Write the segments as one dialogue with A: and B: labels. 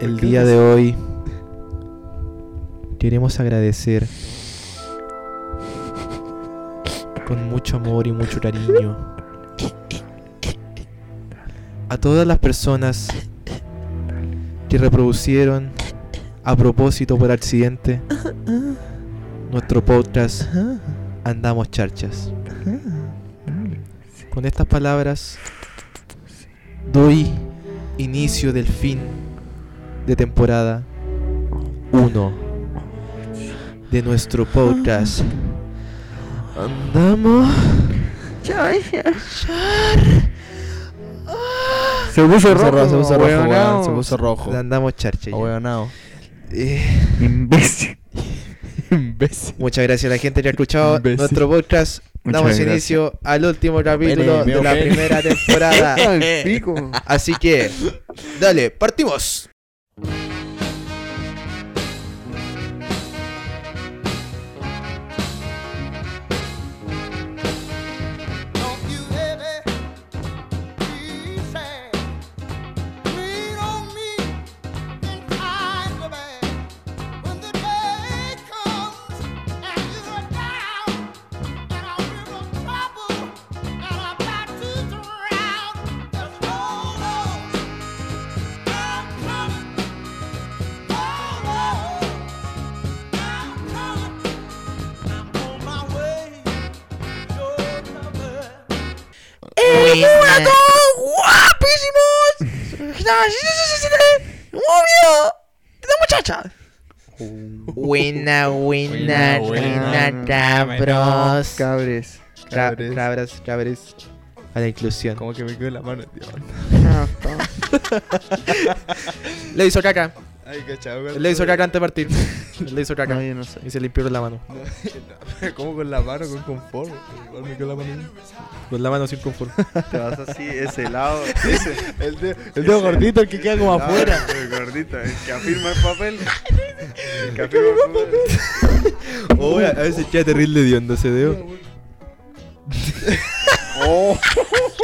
A: El día de hoy queremos agradecer con mucho amor y mucho cariño a todas las personas que reproducieron a propósito por accidente nuestro podcast Andamos Charchas.
B: Ah,
A: Con estas palabras doy inicio del fin de temporada 1 de nuestro podcast.
B: Ah.
A: Andamos.
B: Se puso
C: Se puso rojo,
B: rojo, se puso rojo,
C: weón,
B: weón,
C: no.
B: se puso rojo.
A: Andamos charcha. ya.
B: Ahueonao.
A: Eh,
B: Imbécil. Imbécil.
A: muchas gracias a la gente que ha escuchado
B: Imbécil.
A: nuestro podcast.
B: Muchas
A: Damos
B: gracias.
A: inicio al último capítulo de
B: Pene, veo
A: la
B: pene.
A: primera temporada.
C: Al pico.
A: Así que, dale, partimos.
D: Don't you ever be sad. Lean on me and hide your back. When the day comes and you're down and I'm in trouble and I'm about to drown, just hold on. I'm coming. Hold on. I'm coming. I'm on my way. You're coming.
A: Buena,
B: buena, buena,
A: cabros.
C: Cabres.
B: cabres.
A: cabras, cabres. A la inclusión.
B: Como que me quedó la mano, tío.
A: Le hizo caca.
B: Ay, cachado,
A: Le hizo caca antes de partir. Le hizo caca.
C: No, yo no sé.
A: Y se limpió la mano.
B: Como con la mano, con confort. Igual me quedó la mano.
A: Con la mano sin confort.
C: Te vas así, ese lado. Ese.
B: El dedo, el dedo gordito, el que queda como
C: No,
B: afuera.
C: el gordito, el que afirma el papel. El que afirma el papel.
A: Oh, a veces queda terrible de onda ese dedo.
C: Oh.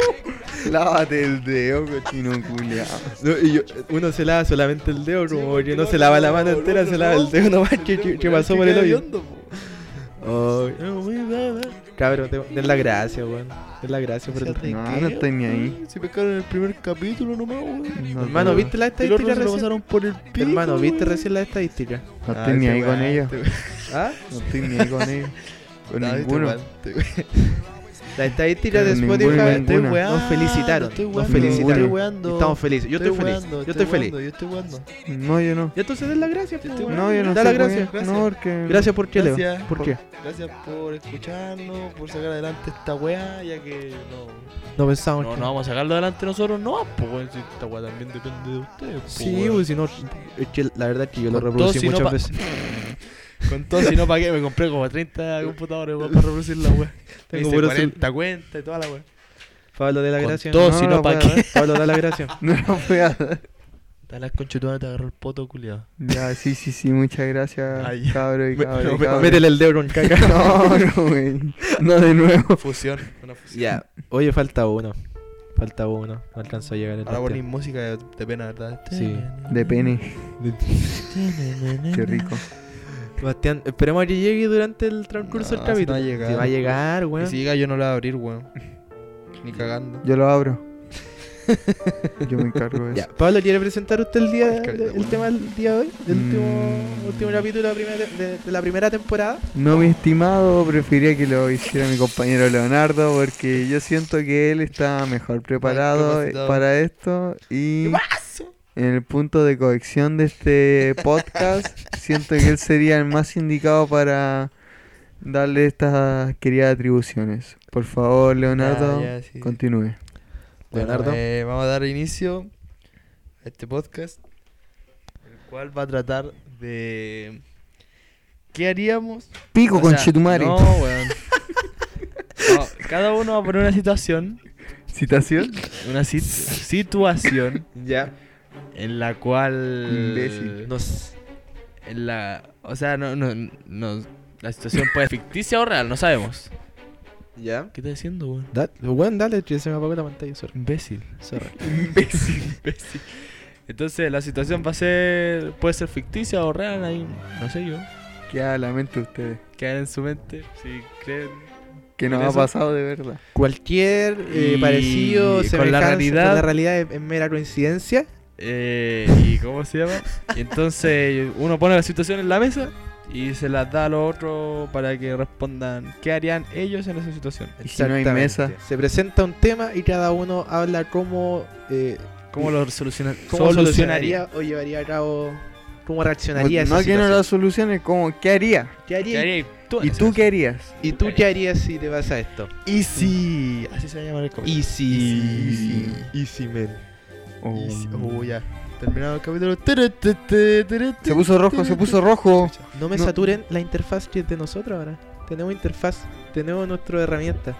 C: Lávate el dedo, cochino culiao.
A: No, y yo- uno se lava solamente el dedo, como que no se lava la mano entera, se lava el dedo nomás que, que- que pasó por el hoyo. Ay, no, muy nada.
B: eh.
A: Cabrón, te- den la gracia, weón. Den la gracia por el
C: No, no estoy ni ahí.
B: Se pescaron en el primer capítulo nomás, weón.
C: No
A: Hermano,
C: estoy-
A: ¿viste la
B: El otro
A: estadística
B: se lo
A: recién?
B: pasaron por el pico.
A: Hermano, ¿viste
B: weón.
A: recién la estadística?
C: No
B: Ah,
C: estoy ni
B: este
C: ahí con
B: weón,
C: ellos.
B: este weón.
A: ¿Ah?
C: No estoy ni ahí con ellos. Con
B: No, este
C: ninguno.
B: weón, este weón.
A: La estadística de
C: Ninguno,
A: Spotify
C: ninguno.
A: nos felicitaron.
B: estoy
A: nos
B: weando,
A: felicitaron.
B: estoy weando.
A: Estamos felices. Yo estoy, feliz.
B: weando,
A: yo estoy feliz.
B: weando, Yo estoy weando.
C: No, yo no.
A: Y entonces den la gracia, pues, weón.
C: No, yo no
A: Da la
C: sé.
A: gracia.
C: weón. No, porque.
A: Gracias por qué, Leo.
B: Gracias.
A: ¿Por qué?
B: Gracias por escucharnos, por sacar adelante esta weá, ya que no,
A: No pensamos
B: no,
A: que-
B: no vamos a sacarlo adelante nosotros, no, pues weón, si esta weá también depende de ustedes. pues,
A: Sí,
B: weón.
A: pues si no. Es que la verdad es que yo lo
B: Con todo,
A: reproducí
B: si no
A: muchas
B: pa-
A: veces.
B: Con todo, si no pagué, me compré como 30 computadores weón, para reproducir la weá. Tengo
A: hice
B: puro
A: 40
B: 40 cuentas y toda la weá.
A: Pablo, de la
B: Con
A: gracia.
B: todo,
C: No,
B: si
C: no
B: no
C: puedo,
B: pagué.
A: Pablo, da la gracia.
C: No lo voy a dar.
B: Dale las conchetuanas, te agarró el poto, culiado.
C: Ya, sí, sí, sí, muchas gracias.
B: Ay, ya.
C: Cabro y
B: Me-
C: cabro. y
B: no, me-
C: cabro.
A: Métele el dedo con caca.
C: No, no, güey. No, de nuevo.
B: Fusión, una fusión.
A: Ya. Oye, falta uno. Falta uno. No alcanzó a llegar el
B: Ahora
A: otro.
B: ponéis música de, de pena, ¿verdad?
A: Sí.
C: De pene. Qué rico.
A: Bastián, esperemos a que llegue durante el transcurso
B: No,
A: del capítulo.
B: si no va a llegar.
A: Si va a llegar, weón.
B: Y si llega yo no la voy a abrir, weón. Ni cagando.
C: Yo lo abro. Yo me encargo de
A: Ya,
C: eso.
A: Pablo, ¿quiere presentar usted el día
B: Ay, caleta,
A: el
B: weón.
A: tema del día de hoy? Del último,
C: Mm.
A: último capítulo de, primera te- de- de la primera temporada.
C: No, mi estimado, prefería que lo hiciera mi compañero Leonardo porque yo siento que él está mejor preparado eh,
B: capacitado.
C: para esto y en el punto de colección de este podcast siento que él sería el más indicado para darle estas queridas atribuciones. Por favor, Leonardo,
B: Ya, ya, sí.
C: continúe.
B: Bueno,
A: Leonardo.
B: eh, vamos a dar inicio a este podcast, el cual va a tratar de. ¿Qué haríamos?
C: Pico
B: O
C: con
B: sea,
C: Chetumare.
B: No, weón. No, cada uno va a poner una situación,
C: ¿Citación?
B: una sit- situación
A: Ya.
B: en la cual.
C: Imbécil.
A: Nos.
B: En la, o sea, no, no, no. La situación puede ser ficticia o real, no sabemos.
A: Ya.
B: ¿Qué está diciendo, weón?
A: Da, weón, dale, que se me apagó la pantalla, sorry.
B: Imbécil.
A: sorry.
B: Imbécil, imbécil. Entonces la situación va a ser. puede ser ficticia o real ahí. No sé yo.
C: Queda en la mente de ustedes.
B: Quedar en su mente. Si creen.
C: Que
B: Por
C: nos ha
B: eso-
C: pasado de verdad.
A: Cualquier eh,
B: Y
A: parecido,
B: con la
A: semejanza con la realidad,
B: realidad-
A: es, es mera coincidencia.
B: Eh, ¿Y cómo se llama? Y entonces uno pone la situación en la mesa y se las da a los otros para que respondan qué harían ellos en esa situación.
C: Y si no hay
A: Exactamente.
C: mesa.
A: Se presenta un tema y cada uno habla cómo, eh,
B: ¿Cómo lo solucionar-
A: cómo
B: solucionaría?
A: solucionaría o llevaría a cabo, cómo
C: No,
A: reaccionaría. a esa
C: no que no
A: situación.
C: la soluciones, como, ¿qué haría?
A: ¿Qué haría-
B: ¿Qué harías tú en
C: ¿Y
B: esa
C: tú
B: situación?
C: qué harías?
A: ¿Y tú qué harías si te pasa esto?
B: Easy. Así se llama el cómic.
A: Easy. Easy, man.
C: Oh.
B: Oh, ya. Terminado el capítulo.
C: Se puso rojo, se puso rojo.
A: No me
C: No.
A: saturen la interfaz que es de nosotros ahora. Tenemos interfaz, tenemos nuestra herramienta.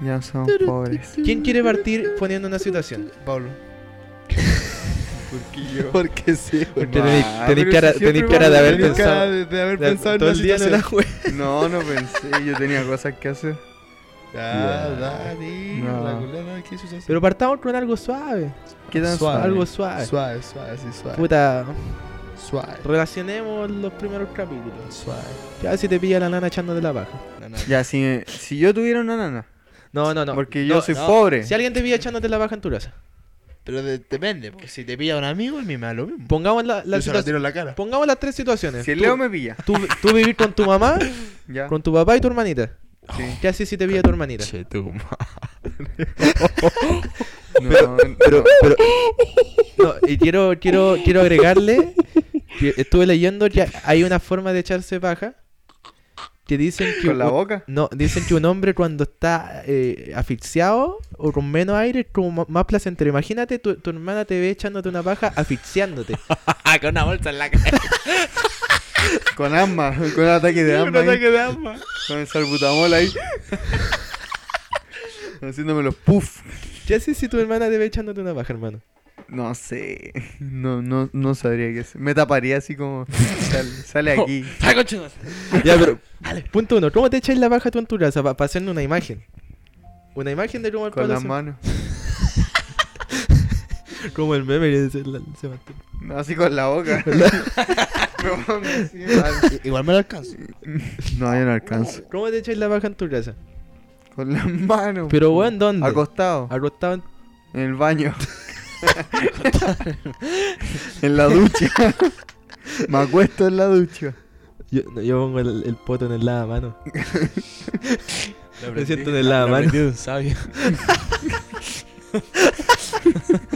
C: Ya somos pobres.
A: ¿Quién quiere partir poniendo una situación?
B: Pablo.
C: Porque Ah, sí.
A: Porque tenéis- tenéis cara- tenéis cara de haber
B: Tenés cara
A: pensado-
B: de, de haber
A: de-
B: pensado en
A: todo
B: la
A: el día en
B: situación.
A: una wea.
C: No, no pensé, yo tenía cosas que hacer.
B: Ya, Dani.
C: No.
B: la culera, ¿qué sucede?
A: Pero partamos con algo suave.
C: ¿Qué tan
B: Suave.
C: suave?
A: Algo suave.
B: Suave, suave, sí, suave.
A: Puta,
B: Suave,
A: relacionemos los primeros capítulos.
B: suave.
A: Ya si te pilla la nana echándote la paja.
B: No, no.
C: Ya, si, me- si yo tuviera una nana.
A: No, no, no.
C: Porque
A: No,
C: yo soy
A: no.
C: pobre.
A: Si alguien te pilla echándote la paja en tu casa,
B: Pero de- depende, porque si te pilla un amigo, a mí me da lo mismo.
A: pongamos, la, la
B: Yo se lo
A: situa-
B: tiro en la cara.
A: pongamos las tres situaciones.
C: Si el
A: Tú-
C: Leo me pilla.
A: tú, tú vivir con tu mamá,
C: Ya.
A: con tu papá y tu hermanita.
C: Sí.
A: ¿Qué haces si te pilla tu hermanita?
C: No,
A: pero, pero- No, y quiero, quiero, quiero agregarle que estuve leyendo que hay una forma de echarse paja que dicen que
C: ¿Con la
A: un-
C: boca?
A: no, dicen que un hombre cuando está eh, asfixiado o con menos aire es como ma- más placentero. Imagínate tu, tu hermana te ve echándote una paja asfixiándote.
B: Ah, con una bolsa en la cara.
C: Con asma, con ataque de
B: un
C: asma. ahí,
B: ataque de asma.
C: Con el salbutamol ahí. Haciéndome los puff.
A: ¿Qué haces si tu hermana te ve echándote una paja, hermano?
C: No sé. No, no, no sabría qué hacer. Me taparía así como. Sale, sale aquí.
B: Saco chinos.
A: Ya, pero punto uno, ¿cómo te echáis la paja tú en tu casa? Para hacerme una imagen. Una imagen de cómo el
C: Con
A: Pablo
C: las
A: se-
C: manos.
A: Como el meme que se, la- se mató.
C: No, así con la boca. Me pongo así, al-
B: Igual me lo alcanzo.
C: no, yo no alcanzo.
A: ¿Cómo te echáis la paja en tu casa?
C: Con las manos.
A: Pero weón, ¿dónde? Ah.
C: Acostado.
B: Oh.
A: Acostado en-
C: En el baño. en la ducha. Me acuesto en la ducha.
A: Yo, no, yo pongo el, el poto en el lavamano.
B: Lo
A: siento en el lavamano.
B: de un sabio.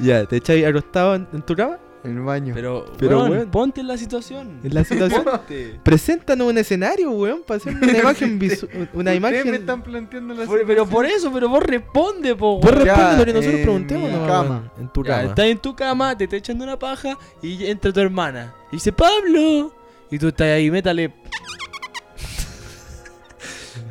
A: Ya, te echáis acostado en, en tu cama,
C: En el baño.
B: Pero,
A: Pero,
B: weón,
A: weón.
B: ponte en la situación.
A: en la situación.
B: Ponte.
A: Preséntanos un escenario, weón, para hacer una imagen visu- Una
C: Ustedes
A: imagen.
C: me están planteando la
B: Por- pero por eso, pero vos responde, po.
A: Vos
B: weón.
C: Ya,
A: responde lo que nosotros
C: en
A: preguntemos,
C: mi
A: no,
C: cama.
A: weón, En tu
B: Ya,
A: cama.
B: estás en tu cama, te está echando una paja y entra tu hermana. Y dice, Pablo. Y tú estás ahí, métale.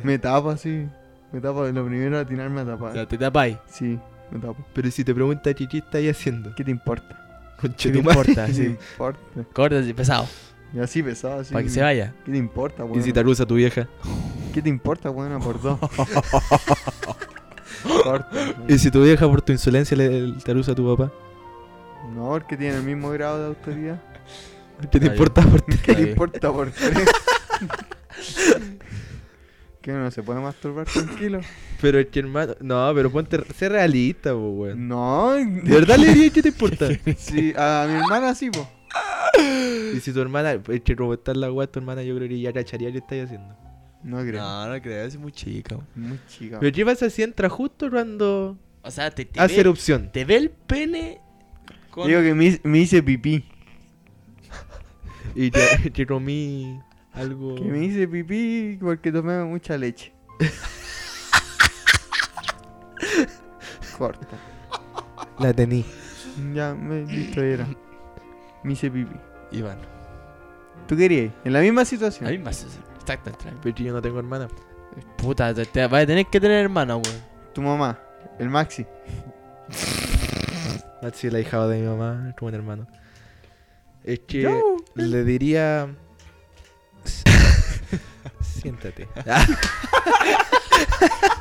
C: Me tapa así. Me tapa. Lo primero a tirarme a tapar.
B: Ya, te tapáis.
C: Sí, me tapo.
A: Pero si te pregunta qué, qué estáis haciendo,
C: ¿Qué te importa?
A: conche
B: ¿Qué te
A: tu madre.
B: importa?
C: ¿Qué te
B: Así.
C: importa?
B: Cortas y pesado.
C: Y así pesado, así.
B: Para que se vaya.
C: ¿Qué te importa, weón?
A: Y si te acusa tu vieja.
C: ¿Qué te importa, weón? Por dos. Corta.
A: Y si tu vieja por tu insolencia le, te acusa a tu papá.
C: No, porque tiene el mismo grado de autoridad.
A: ¿Qué te
B: Está bien.
A: importa por ti?
C: ¿Qué
B: Está
C: te
B: bien.
C: importa por tres? ¿Qué no se puede masturbar tranquilo?
A: Pero es que hermano. No, pero ponte. Sé realista, po, weón.
C: No,
A: ¿De verdad le diría qué te importa?
C: Sí, a mi hermana sí, po.
A: Y si tu hermana, es que como está la weá, tu hermana yo creo que ya cacharía que estáis haciendo.
C: No creo.
B: no creo, es muy chica.
C: Muy chica.
A: Pero ¿qué pasa si entra justo cuando
B: O sea, te, te
A: hace
B: ve,
A: erupción?
B: te ve el pene con...
C: Digo que me, hice- me hice pipí.
A: Y te, te comí algo.
C: Que me hice pipí porque tomé mucha leche. Corta.
A: La tení.
C: Ya, me, listo, era. Me hice pipí.
B: Iván.
C: ¿Tú querías? En la misma
B: A mí
C: situación.
B: me hace eso. Exactamente.
A: Pero yo no tengo hermana.
B: Puta, te, te- vas a tener que tener hermana, weón.
C: Tu mamá, el Maxi.
A: Así la hija de mi mamá, es como un hermano. Es que le diría. Siéntate. Ah,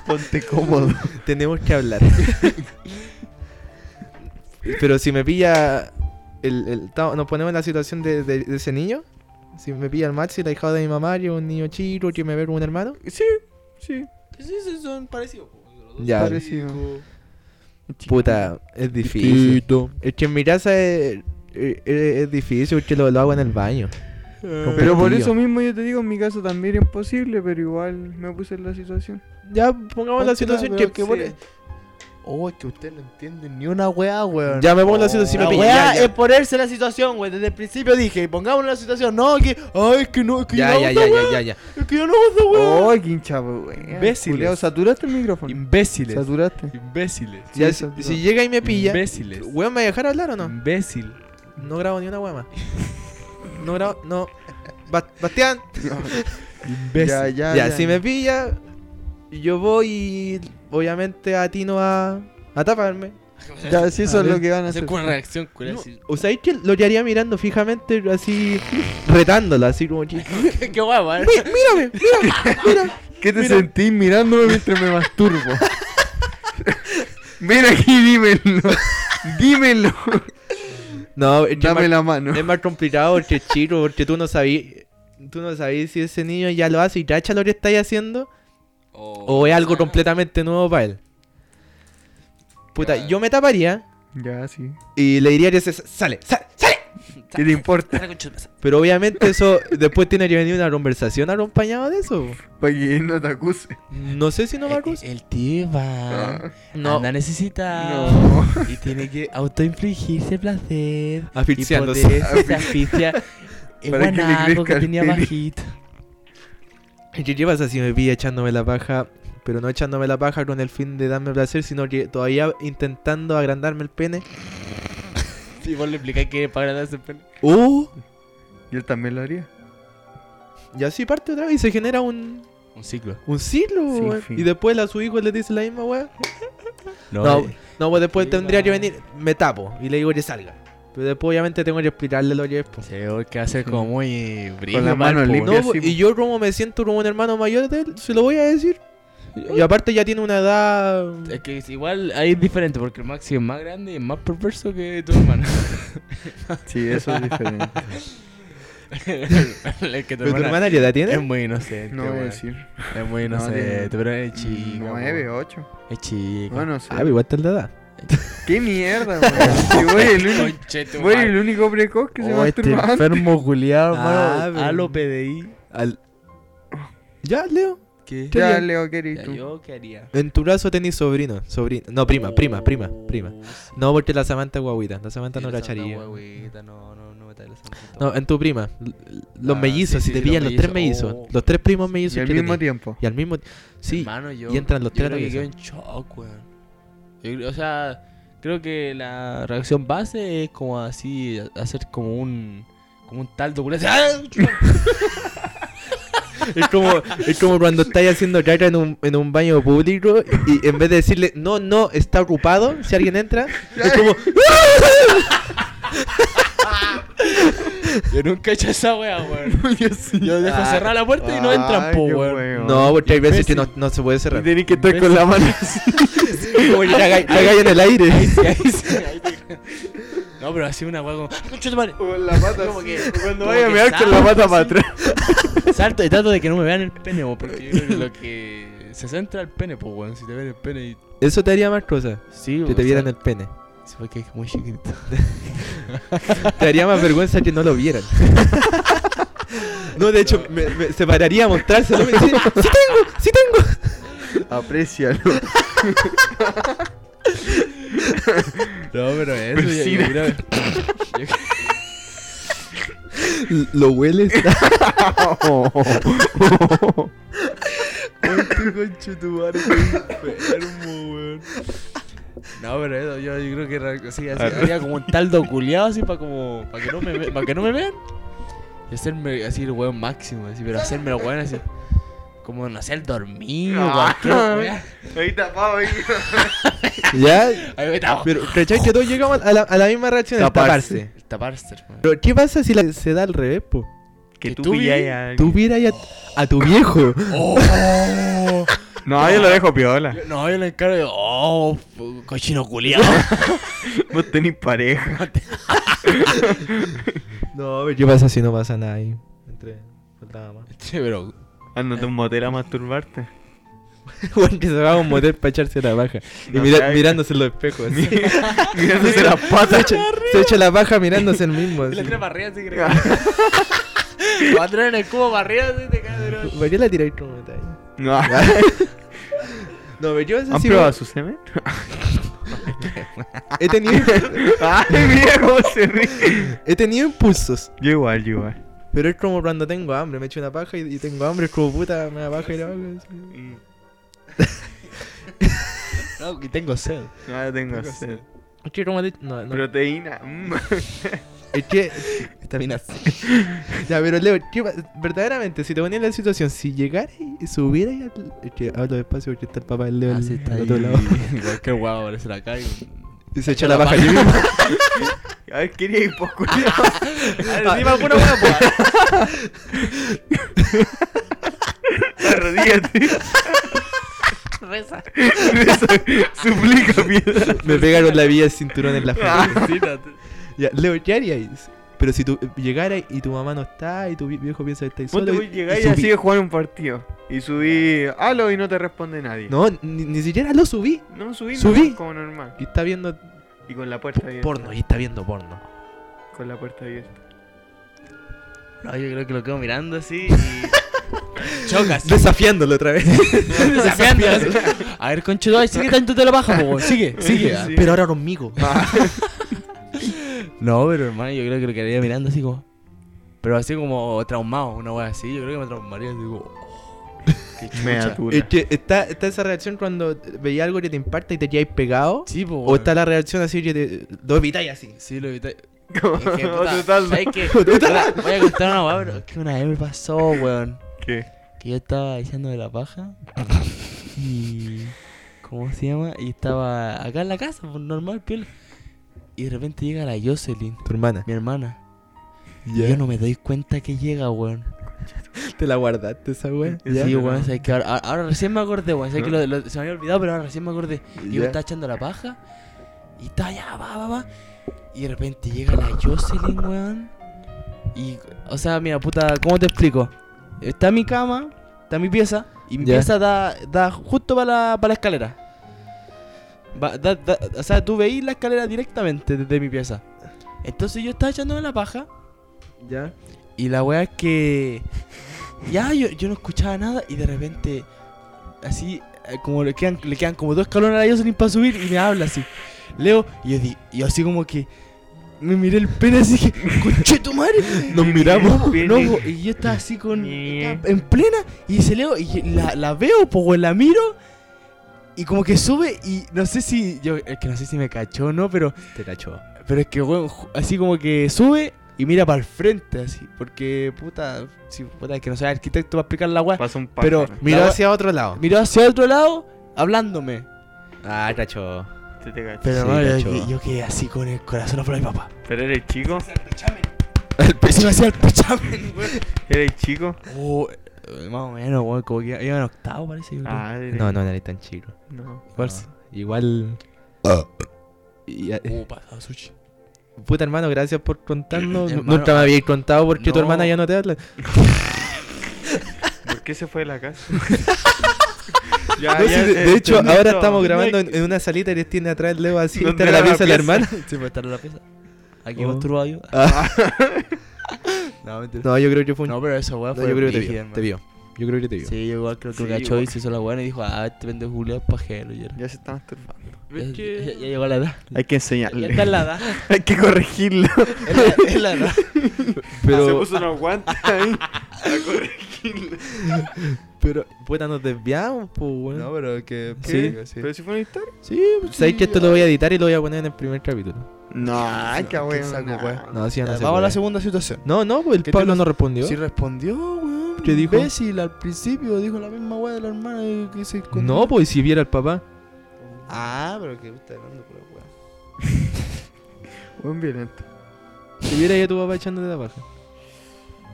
C: Ponte cómodo.
A: tenemos que hablar. Pero si me pilla. El, el- ta- nos ponemos en la situación de, de- de ese niño. Si me pilla el Maxi, la hija de mi mamá, yo un niño chico que me ve con un hermano.
C: Sí, sí.
E: Sí, sí, son parecidos. po. Los dos
A: Ya.
C: Parecido.
E: chicos.
A: Puta, es difícil. Es que en mi casa es, es- es- es difícil porque lo, lo hago en el baño. Con
C: Pero por
A: pestillo.
C: eso mismo yo te digo, en mi caso también era imposible, pero igual me puse en la situación.
A: Ya pongamos la situación que, que pone-
B: Oh, es que ustedes no entienden ni una weá, weón.
A: Ya me pongo en la situación.
B: La
A: me pilla,
B: weá
A: ya, ya.
B: es ponerse en la situación, weón. Desde el principio dije, pongámonos en la situación. No, que. Ay, es que no, es que
A: Ya,
B: yo
A: ya,
B: no
A: ya,
B: aguanto,
A: ya, ya, ya.
B: weón, Es que yo no aguanto, weón.
C: ¡Oh, qué hincha, weón!
E: Imbéciles.
C: Culeado, saturaste el micrófono.
E: Imbéciles.
C: Saturaste.
E: Imbéciles.
C: Sí,
A: Ya, si,
C: eso,
A: si llega y me pilla,
E: Imbéciles. Mm.
A: weón, ¿me va a dejar hablar o no?
E: Imbécil.
A: No grabo ni una weá más. No grabo, no. Ba- Bastián,
E: Imbécil.
C: Ya,
A: ya,
C: ya,
A: si me pilla, yo voy y obviamente atino a, a taparme.
C: Ya, si eso
A: A
C: es
A: ver.
C: lo que van a hacer.
B: Hacer con una reacción, culiao,
A: No,
B: así.
A: o sea, es que lo que haría mirando fijamente, así, retándola, así como, que, "Mi-
B: Qué ¿eh? guay, weón.
A: mírame, mira, mira.
C: ¿Qué te sentís mirándome mientras me masturbo? Ven aquí, dímelo. Dímelo.
A: No, es que
C: Dame
A: es más-
C: la mano.
A: es más complicado porque es chico, porque tú no sabí, tú no sabí si ese niño ya lo hace y cacha lo que estáis haciendo. O es algo completamente nuevo para él. Puta, yo me taparía
C: Ya, sí.
A: y le diría que se sale, sale, sale.
C: ¿Qué te importa?
A: Pero obviamente eso después tiene que venir una conversación acompañada de eso.
C: Para que él no te acuse.
A: No sé si no me Ah.
B: El,
A: acuso.
B: el tío va.
A: No.
B: Anda necesitado.
C: No.
B: Y tiene que autoinfligirse placer.
A: Asfixiándose.
B: Y por eso se asfixia. El
C: Para que le
B: guanaco que
C: crezca el
B: tenía
C: pene.
B: bajito.
A: ¿Qué llevas así me vi echándome la paja? Pero no echándome la paja con el fin de darme placer, sino que todavía intentando agrandarme el pene.
B: Y vos le explicás que para nada ese pene.
A: ¡Uh!
C: Y él también lo haría.
A: Y así parte otra vez y se genera un,
B: Un ciclo.
A: un ciclo,
C: Sin
A: weón.
C: fin.
A: Y después a su hijo le dice la misma weá. No,
B: eh.
A: no, pues después
B: Sí,
A: tendría
B: no.
A: que venir, me tapo y le digo que salga. Pero después obviamente tengo que explicarle lo que es. po.
B: Se ve que hace como muy brillo.
C: Con la
B: mal,
C: mano
B: po,
C: limpia.
A: No, po,
C: así, po.
A: y yo como me siento como un hermano mayor de él, se lo voy a decir. Y aparte ya tiene una edad...
B: weón. Es que es igual ahí es diferente porque el Maxi es más grande y es más perverso que tu hermano.
C: Sí, eso es diferente.
B: es que
A: ¿Pero
B: tu
A: tu
B: hermana
A: hermana qué edad
B: es
A: tiene?
B: muy inocente.
C: No voy a
B: weón.
C: decir.
B: Es muy
C: No,
B: inocente,
C: tiene
B: pero es chica.
C: Nueve,
B: weón.
C: ocho.
B: Es chica.
C: Bueno, sé.
A: Ah, pero igual está la edad.
C: ¡Qué mierda, weón! Si voy el único...
B: Conche tu
C: Voy
B: madre.
C: el único precoz que se
B: Oh, este
C: masturba antes.
B: enfermo culiado,
A: Ah,
B: hermano.
A: pero-
B: A lo PDI.
A: Al- Ya, Leo.
B: ¿Qué?
C: Ya, Leo, ¿qué eres
B: Ya,
C: tú?
B: yo qué haría.
A: En tu brazo tenés sobrino, sobrino. No, prima, prima, prima, prima. No, porque la Samantha es guaguita, la Samantha no la echaría.
B: No, no, no me trae la Samantha.
A: No, en tu prima. L- Los
B: Ah,
A: mellizos,
B: sí,
A: si te
B: sí, los
A: pillan los, tres
B: mellizos.
A: mellizos.
B: Oh.
A: Los tres primos mellizos.
C: Y al
A: que
C: mismo
A: tenés.
C: tiempo.
A: Y al mismo ti- Sí.
B: Hermano, yo,
A: y entran los
B: yo
A: tres
B: creo
A: a la
B: que quedo en shock, weón. Yo creo- o sea, creo que la reacción base es como así, hacer como un... Como un tal documental. ¡ah!
A: Es como, es como cuando estáis haciendo caca en un, en un baño público y en vez de decirle, no, no, está ocupado, si alguien entra, es como,
B: Yo nunca he hecho esa wea, weón. yo, dejo
C: Ah,
B: cerrar la puerta y no entran,
C: ay,
B: po,
C: qué
B: weón.
C: weón.
A: no, porque hay veces que no, no se puede cerrar.
C: Tienes que estar con la mano así.
A: Como que cagáis cagáis en el aire.
B: Sí, ahí sí, ahí te- No, pero así una weá como. "Ah, concha tu madre".
C: Con la pata
B: Como
C: así.
B: que-
C: Cuando
B: como
C: vaya a
B: que
C: mirar con la
B: salto
C: pata para
B: así.
C: atrás.
B: Salto y trato de que no me vean el pene, weón. Porque yo creo que lo que se centra el pene, pues, weón. Si te ven el pene y.
A: Eso te haría más cosas,
B: Sí,
A: que te vieran el pene.
B: Sí, porque es muy chiquito.
A: Te haría más vergüenza que no lo vieran. No, de hecho, me, me separaría a mostrárselo. Me dice, sí tengo, sí tengo.
C: Aprecialo.
B: No, pero eso yo, yo
C: Persina.
B: creo.
A: L- Lo hueles.
B: No, pero eso yo, yo creo que ra- sí, así, haría como un taldo culiado así para como. para que no me, ve- pa' que no me vean. Y hacerme así el weón máximo, así, pero hacerme el weón así. Como no sé, el dormido,
C: Ah.
B: cualquier wea.
C: Ahí tapado, ahí.
A: Ya,
B: Ahí me tapo.
A: pero ¿cachai? Que todos llegamos a la, a la misma reacción, el taparse.
C: Taparse.
B: El taparse, weón.
A: Pero, ¿qué pasa si la- se da al revés, po?
B: Que tú pillas
A: Tuviera a, a tu viejo.
B: ¡Oh!
C: No, yo lo dejo piola.
B: Yo- No, yo le encargo yo, oh, fu- cochino culiado.
C: Vos tenés pareja.
A: No, pero ¿qué pasa si no pasa nada ahí? Entre. Faltaba más.
B: che, pero.
C: Ándate un motel a masturbarte.
A: Juan que se va a un motel para echarse la baja. Y
C: No
A: mira-
C: sé, hay-
A: mirándose en los espejos. así.
C: Mirándose las
A: Se
C: patas.
A: echa, se echa la baja mirándose el mismo.
B: Y
A: así.
B: la tira para arriba, así que Va a tirar en el cubo para arriba, así te cae, bro.
A: ¿Por qué la tiráis como está ahí?
C: No.
A: No, pero yo eso
C: ¿Han
A: sí
C: probado su semen?
A: he tenido,
C: Ay, mira cómo se ríe.
A: he tenido impulsos.
C: Yo igual, yo igual.
A: Pero es como cuando tengo hambre, me echo una paja y, y tengo hambre, es como puta, me da paja y la paja. así.
C: Mm.
B: No, que tengo sed.
C: No Ah, tengo sed.
A: Es que como te- No, no.
C: Proteína. mm.
A: Es que,
B: Vitamina C.
A: ya, pero Leo, ¿qué pa- verdaderamente, si te ponías en la situación, si llegaras y subieras al- Es que hablo despacio porque está el papá del Leo al-
B: Así Ah, está
A: al
B: ahí.
A: otro lado.
B: Igual que el guau, aparece la calle.
A: Y se echa la paja yo mismo.
C: A ver, quería ir por culo. Ah,
B: Encima alguna hueá, pues.
C: Arrodíllate.
B: Reza.
C: Reza, Suplica piedad.
A: Me pega con la vía el cinturón en la frente.
B: Sí, no, te-
A: Ya, Leo, ¿qué harías? Pero si tú llegaras y tu mamá no está y tu vi- viejo piensa que estáis
C: Vos
A: solo.
C: te
A: y-
C: voy a llegar
A: y
C: y
A: subí-
C: así de jugar un partido. Y subí halo y no te responde nadie.
A: No, ni, ni siquiera lo subí.
C: No, subí,
A: Subí.
C: nomás, como normal.
A: Y está viendo
C: Y con la puerta abierta.
A: porno, y está viendo porno.
C: Con la puerta abierta.
B: No, yo creo que lo quedo mirando así y. Chocas.
A: Desafiándolo otra vez.
B: Desafiando. A ver, conchudo, ay, sigue tanto te lo baja, po, weón. Sigue, sigue.
C: Sí. Ah,
A: Pero ahora conmigo.
B: No, pero hermano, yo creo que lo quedaría mirando así como. Pero así como traumado, una wea así. Yo creo que me traumaría así como. oh, qué
C: Me
B: chucha.
C: atula.
A: Es que está, está esa reacción cuando veía algo que te impacta y te quedáis pegado.
B: Sí, po,
A: O
B: weón.
A: está la reacción así que te, lo evitáis así.
B: Sí, lo evité.
C: Como-
B: Es que,
C: otro
B: puta,
C: tanto.
B: ¿sabes qué? Voy a contar una weá, pero es que una vez me pasó, weón.
C: ¿Qué?
B: Que yo estaba diciendo de la paja. Y. ¿Cómo se llama? Y estaba acá en la casa, pues, normal, piel. Y de repente llega la Jocelyn,
A: Tu hermana.
B: mi hermana. Y yo no me doy cuenta que llega, weón.
A: Te la guardaste esa wea.
C: Ya.
B: Sí, weón, sabes que ahora, ahora- ahora recién me acordé, weón. Sabes que lo- lo- se me había olvidado, pero ahora recién me acordé. Y yo
A: Ya.
B: estaba echando la paja. Y estaba ya, va, va, va. Y de repente llega la Jocelyn, weón. Y, o sea, mira, puta, ¿cómo te explico? Está mi cama, está mi pieza. Y mi
A: Ya.
B: pieza da, da justo para la, pa' la escalera. Va- da- da- o sea, tú veís la escalera directamente desde mi pieza. Entonces yo estaba echándome la paja.
A: Ya.
B: Y la wea es que. Ya, yo, yo no escuchaba nada y de repente. Así, eh, como le quedan, le quedan como dos escalones a la Jocelyn para subir y me habla así. Leo, y yo, di- y yo así como que. Me miré el pene así que. ¡Conche tu madre!
A: Nos miramos.
C: Pene.
B: No, po, y yo estaba así con.
C: Ñe.
B: estaba en plena. Y dice Leo, y la, la veo, po, weón, la miro. Y como que sube y no sé si. Yo, es que no sé si me cachó o no, pero
A: Te cachó.
B: pero es que, weón, ju- así como que sube y mira para el frente, así. Porque, puta, si, puta, es que no soy arquitecto para explicar la weá.
C: Pasa un par.
B: Pero
A: Miró
B: miró,
A: hacia otro lado.
B: miró hacia otro lado, hablándome.
A: Ah, cachó.
C: Te te cacho.
B: Pero
A: Sí,
B: no, yo-
A: cacho.
B: yo, yo quedé así con el corazón afuera de mi papá.
C: Pero eres chico.
B: El pecho hacía el pechamen, weón.
C: Eres chico.
B: Oh, eh, más o menos, weón, como que iba iba en octavo, parece. yo creo.
C: Ah, eres-
A: No, no, no eres tan chico.
C: no.
B: Igual
A: No.
B: sí.
A: Igual. Y-
B: Uh, pasado sushi.
A: Puta hermano, gracias por contarnos. Nu-
B: Hermano, ah,
A: Nunca me habías contado porque tu
B: no.
A: hermana ya no te habla.
C: ¿Por qué se fue de la casa?
B: Ah,
C: Ya,
A: No, sí,
C: ya,
A: de, de
C: eh,
A: hecho,
C: entendí
A: ahora
C: todo.
A: estamos grabando en, en una salita y les tiene atrás Leo así.
C: No
A: Esta era
C: entraba
A: la
C: la
A: pieza de la
C: pieza.
A: hermana.
B: Sí, pues estar en la pieza. Aquí
A: Oh.
B: masturbado yo.
A: Ah,
B: No, mentira.
A: no, yo creo que fue un.
B: No, pero eso, weón,
A: no,
B: fue
A: yo creo que te
B: brígido,
A: vio.
B: hermano.
A: Te vio. Yo creo que te vio.
B: Sí, yo igual creo que
C: Sí,
B: lo cachó
C: igual.
B: y se hizo la buena y dijo, ah, este pendejo Julio es pajero. Y era-
C: Ya se está masturbando.
B: ya, ya- ya llegó la edad.
C: Hay que
B: Ya
C: enseñarle.
B: está en la edad.
C: Hay que corregirlo.
B: Es la, es la edad.
A: Pero,
C: Se puso unos guantes ahí. A corregirlo.
A: pero, puta, nos desviamos, pues, weón.
B: pero que.
A: Sí.
C: ¿Pero si fue una historia?
A: Sí, pues, ¿sabes que esto lo voy a editar y lo voy a poner en el primer capítulo?
C: No, ay, qué bueno.
B: saco, weón.
A: No, sí, ya no se
B: Vamos a
A: puede.
B: la segunda situación.
A: No, no, pues el
B: ¿Qué
A: Pablo
B: te-
A: no respondió.
B: Sí respondió, weón.
A: ¿Qué dijo?
B: Imbécil, al principio dijo la misma weá de la hermana y que se escondió.
A: No, pues si viera al papá.
B: Ah, pero que está hablando por la weá.
C: Buen violento.
A: Si viera ahí a tu papá echándole la paja.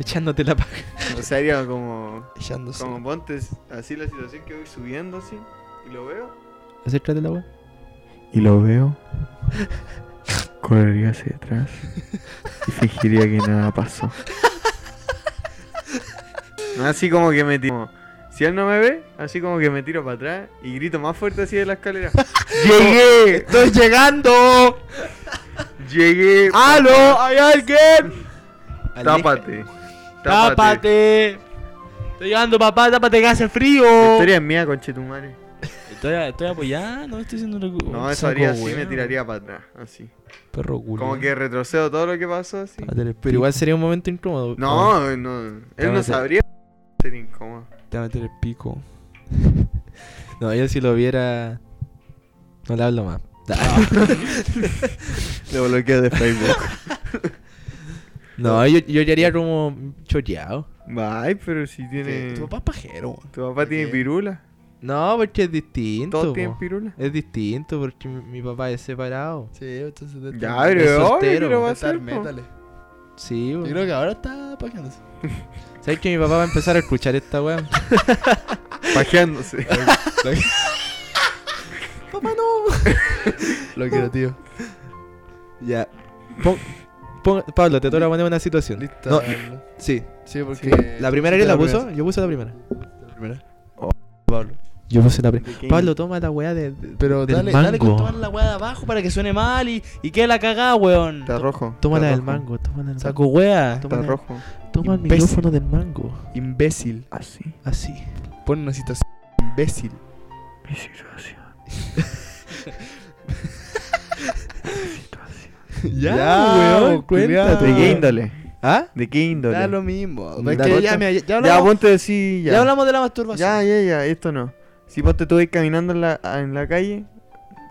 A: Echándote la paja.
C: O sea, haría como.
A: Echándose.
C: Como ponte así la situación que voy subiendo así. Y lo veo.
A: Acércate la weá.
C: Y lo veo. Correría hacia atrás. Y fingiría que nada pasó. Así como que me tiro. Si él no me ve, así como que me tiro para atrás y grito más fuerte así de la escalera. ¡Llegué!
A: ¡Estoy llegando!
C: ¡Llegué!
B: Ah,
A: ¡Aló! ¡Hay alguien!
C: ¡Tápate! ¡Tápate!
B: ¡Tápate! Estoy llegando, papá, tápate que hace frío.
C: La historia es mía, conchetumare.
B: Estoy, estoy apoyando, estoy haciendo una cu-
C: No,
B: un
C: eso
B: saco,
C: haría así,
B: weón.
C: me tiraría para atrás, así.
B: Perro culo.
C: Como que retrocedo todo lo que pasó, así.
A: Pero igual sería un momento incómodo.
C: No, no, él no
B: Cálmate.
C: sabría ser incómodo.
B: Te va a meter el pico.
A: No, yo si lo viera. No le hablo más.
C: Lo bloqueo de Facebook.
A: No, yo, yo ya haría como choteado.
C: Ay, pero si tiene.
B: Tu papá es pajero, weón.
C: Tu papá tiene
A: Ok.
C: pirula.
A: No, porque es distinto.
C: Todos tienen
A: po.
C: pirula.
A: Es distinto porque mi, mi papá es separado.
E: Sí, entonces. de-
C: Ya,
E: de-
A: es
C: pero obvio que
A: soltero,
C: lo va a
E: estar
C: hacer. po.
E: métale.
A: Sí,
E: Yo
A: weón.
E: creo que ahora está pajeándose.
A: ¿Sabes que mi papá va a empezar a escuchar esta weá?
C: Pajeándose.
E: Lo quiero, tío.
A: ya. Pon- pon- Pablo, te toca poner una situación.
E: Listo.
A: No,
E: Pablo.
A: sí.
E: Sí, porque.
A: La primera que
E: que
A: la puso, yo puse la primera.
E: La primera.
C: Oh.
E: Pablo.
A: Yo puse la
C: ¿De quién?
A: Pablo, toma la weá de. de-
E: Pero
A: del
E: dale,
A: mango.
E: dale con toda la-
B: la weá de abajo para que suene mal y, y quede la cagada, weón.
C: Está rojo.
A: Toma la
C: está
A: del
C: rojo,
A: mango, toma la del
B: Saco weá.
A: mango.
C: Está
A: Toma, la-
C: rojo.
A: toma el
E: Imbécil.
A: micrófono del mango.
E: Imbécil.
A: Ah,
C: Así.
A: Así.
E: Pon una situación. Imbécil.
C: Mi situación.
A: Ya,
E: weón, cuéntate.
C: ¿De qué
E: Ah.
C: índole?
A: ¿Ah?
C: ¿De qué índole?
E: Da lo mismo.
A: Da
E: Es que
A: otra.
E: ya, mira, ya, ya
C: Ya,
E: hablamos,
C: ponte decir
E: ya.
C: ya.
E: hablamos de la masturbación.
C: Ya, ya, ya, esto no. Si vos te estuviste caminando en la, en la calle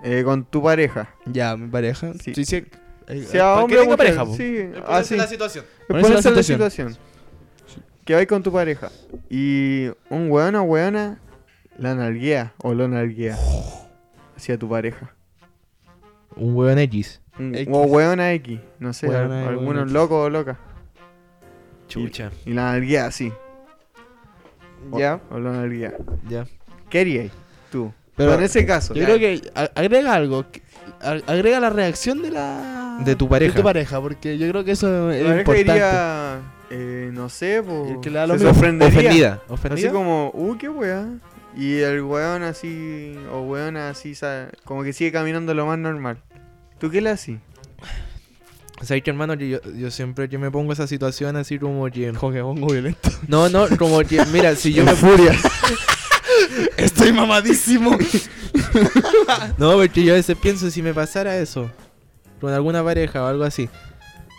C: eh, con tu pareja.
E: Ya, mi pareja.
C: Sí.
E: Sí, sí. Ay,
C: Sea
E: ¿por
C: hombre
E: qué
C: o
E: tengo
C: mujer,
E: pareja, po?
C: Sí,
A: Ah,
C: así.
A: situación.
C: Ponerse en la
E: situación.
C: situación. Que vais con tu pareja. Y un weón o weona la nalguea o lo nalguea
E: Oh.
C: hacia tu pareja.
A: Un weón X.
C: Un-
E: X.
C: O weona X. No sé,
E: Weona,
C: al-
E: weona
C: algunos
E: Mm. X.
C: locos o locas.
A: Chucha.
C: Y la nalguea así. O-
E: Ya.
C: O lo nalguea.
A: Ya.
C: ¿Qué haríais tú?
E: Pero-
C: Pero en ese caso.
E: Yo creo que a- agrega algo. que- a- Agrega la reacción de la.
A: De tu pareja.
E: De tu pareja, porque yo creo que eso es
C: La pareja
E: importante.
C: diría, eh, no sé, po,
E: El que le da lo
C: se
E: mismo.
C: sorprendería.
A: Ofendida.
C: Así
A: Ofendida.
C: como, uh, qué weá. Y el weón así, o weona así, sa- como que sigue caminando lo más normal. ¿Tú qué le haces?
A: ¿Sabes que hermano? Que yo, yo siempre que me pongo esa situación así como que.
E: Como que pongo violento.
A: No, no, como que. Mira, si yo me.
E: furia. Estoy mamadísimo.
A: No, porque yo a veces pienso si me pasara eso. Con alguna pareja o algo así.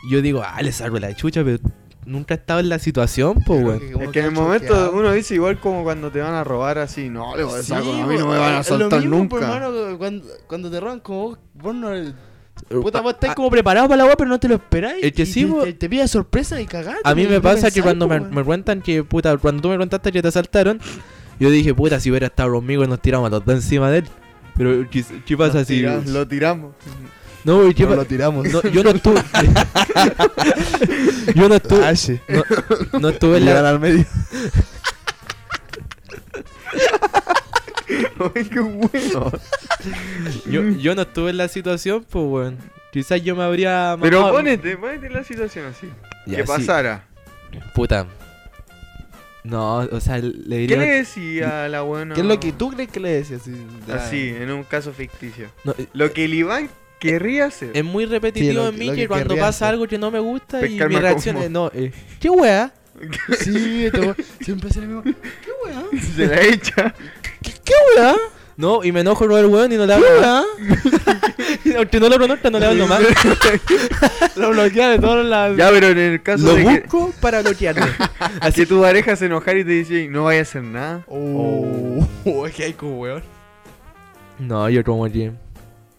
A: Yo digo, ah, le saco la chucha, pero nunca he estado en la situación, pues, weón.
C: Es que en el momento uno dice igual como cuando te van a robar así, no, le voy a saco, a mí no me van a
E: lo
C: soltar
E: mismo,
C: nunca.
E: po, hermano, cuando, cuando te roban, como vos, vos no. Puta,
A: A-
C: ah,
E: vos estás
A: a-
E: como preparado para la weá, pero no te lo esperáis.
A: Es que
E: Y
A: sí,
E: te-
A: vos-
E: Te, te pilla de sorpresa y cagaste.
A: A mí
E: no
A: me
E: lo
A: pasa que
E: pensáis,
A: cuando
E: po,
A: me,
E: weón.
A: me cuentan que, puta, cuando tú me contaste que te asaltaron, yo dije, puta, si hubiera estado conmigo nos tiramos a los dos encima de él. Pero, ¿qué, qué pasa
C: Lo
A: si.?
C: tiramos, lo tiramos.
A: No, ¿y ¿qué
E: No
A: pa-
E: lo tiramos.
A: No, yo no estuve. yo no
C: Ah,
A: estuve.
E: Ashe.
A: No, no estuve en
E: Llegan
A: la.
E: al medio.
C: Ay, qué bueno.
A: Yo, yo no estuve en la situación, pues weón. Quizás yo me habría.
C: Pero
A: mamado.
C: ponete, ponete en la situación así.
A: Ya,
C: que
A: sí,
C: pasara.
A: Puta. No, o sea, le
C: ¿Qué
A: diría.
C: le decía a la buena?
E: ¿Qué es lo que tú crees que le decías? Así. ya.
C: Así, en un caso ficticio.
A: No, eh,
C: Lo que el Iván querría hacer.
A: es muy repetitivo
E: Sí, lo-
A: en mí
E: lo
A: que,
E: que
A: cuando
E: querría
A: pasa
E: hacer.
A: algo que no me gusta y
C: Pescar
A: mi
C: más
A: reacción
C: como-
A: es. No, eh, ¿Qué weá?
E: Sí, este weón siempre hace lo mismo. ¿Qué weá?
C: Se la echa.
A: ¿Qué weá? No, y me enojo con el weón y no le hablo más. Aunque no lo conozca, no le hablo más.
E: Lo bloquea de todos lados.
C: Ya, pero en el caso
A: Lo
C: de que,
A: busco para bloquearlo.
C: que tu pareja se enojara y te dice, no vaya a hacer nada.
E: Oh, oh, es que hay como weón.
A: No, yo como que.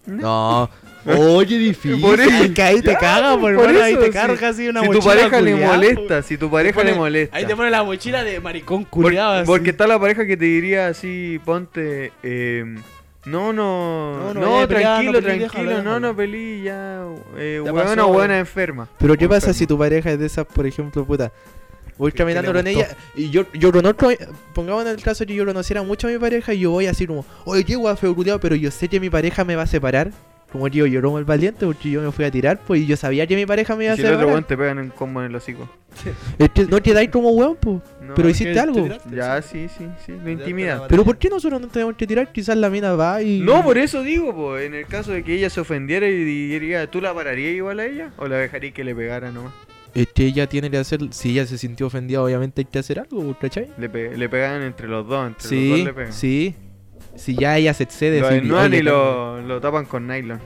A: No. Oye, difícil.
C: Por eso-
E: Es que ahí te
C: Ya,
E: caga, por
C: por
E: hermano. Ahí
C: eso,
E: te
C: sí.
E: carga así una
C: si tu
E: mochila,
C: pareja le
E: culiao.
C: molesta, si tu pareja le
E: pone-
C: molesta.
B: Ahí te pone la mochila de maricón
C: Por-
B: culiado. así.
C: Porque está la pareja que te diría así, ponte, eh, no, no, no,
E: No, no vaya a pelear,
C: tranquilo,
E: no
C: tranquilo,
E: pelees, déjalo,
C: no,
E: déjalo.
C: no peleé ya, eh,
E: Ya
C: huevona
E: pasó.
C: o huevona enferma.
A: Pero ¿qué
C: O
A: pasa
C: enferma.
A: si tu pareja es de esas, por ejemplo, puta? voy caminando
B: le
A: con ella y yo, yo con otro, pongamos en el caso que yo conociera mucho a mi pareja y yo voy así como, oye, qué guapo, culiao", pero yo sé que mi pareja me va a separar. Como que yo lloró como el valiente porque yo me fui a tirar, pues y yo sabía que mi pareja me iba a
C: Si el otro weón
A: separar.
C: te pegan un combo en el hocico.
A: Es que no quedáis como weón, pues.
C: No,
A: Pero
C: es
A: hiciste
E: que te
A: algo.
E: tiraste,
C: Ya, sí, sí, sí. Lo intimida.
A: Pero ¿por qué nosotros no tenemos que tirar? Quizás la mina va y.
C: No, por eso digo, po. En el caso de que ella se ofendiera y diría, ¿tú la pararías igual a ella? ¿O la dejarías que le pegara nomás?
A: Es que ella tiene que hacer. Si ella se sintió ofendida, obviamente hay que hacer algo, pues, ¿cachai?
C: Le, pe- le pegan entre los dos, entre los
A: Sí,
C: dos le pegan.
A: sí. Si ya ella se excede,
C: Lo
A: sí,
C: desnudan
A: oye,
C: y lo, lo tapan con nylon.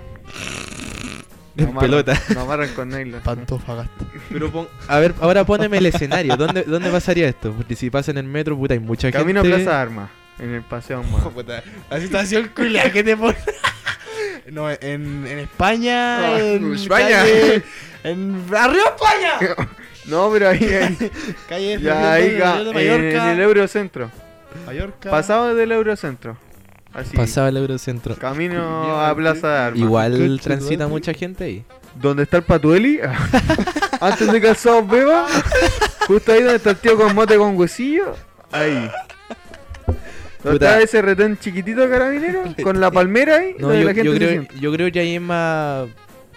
A: En
C: amarran-
A: pelota.
C: Lo amarran con nylon.
B: Pantofagasta.
A: Pero pon- a ver, ahora poneme el escenario. ¿Dónde, ¿Dónde pasaría esto? Porque si pasa en el metro, puta, hay mucha
C: Camino
A: gente.
C: a Plaza Armas, en el paseo más.
B: La situación culia que te pone. No, en, en España.
C: Ah,
B: en
C: España.
B: calle- en arriba España.
C: No, pero ahí, ahí
B: Calle
C: ya ahí ca-
B: de
C: en,
B: Mallorca.
C: el Eurocentro.
B: Mallorca.
C: Pasado del Eurocentro. Así.
A: Pasaba el Eurocentro.
C: Camino a Plaza de Armas.
A: Igual
E: Conche
A: transita
E: tu madre.
A: mucha gente ahí.
C: ¿Dónde está el Patueli? Antes de Calzados Beba. Justo ahí donde está el tío con mote con huesillo. Ahí. ¿Dónde
A: Puta.
C: está ese retén chiquitito carabinero? Con la palmera ahí.
A: No,
C: donde
A: yo,
C: la gente
A: yo
C: se
A: creo,
C: sienta.
A: yo creo que ahí es más.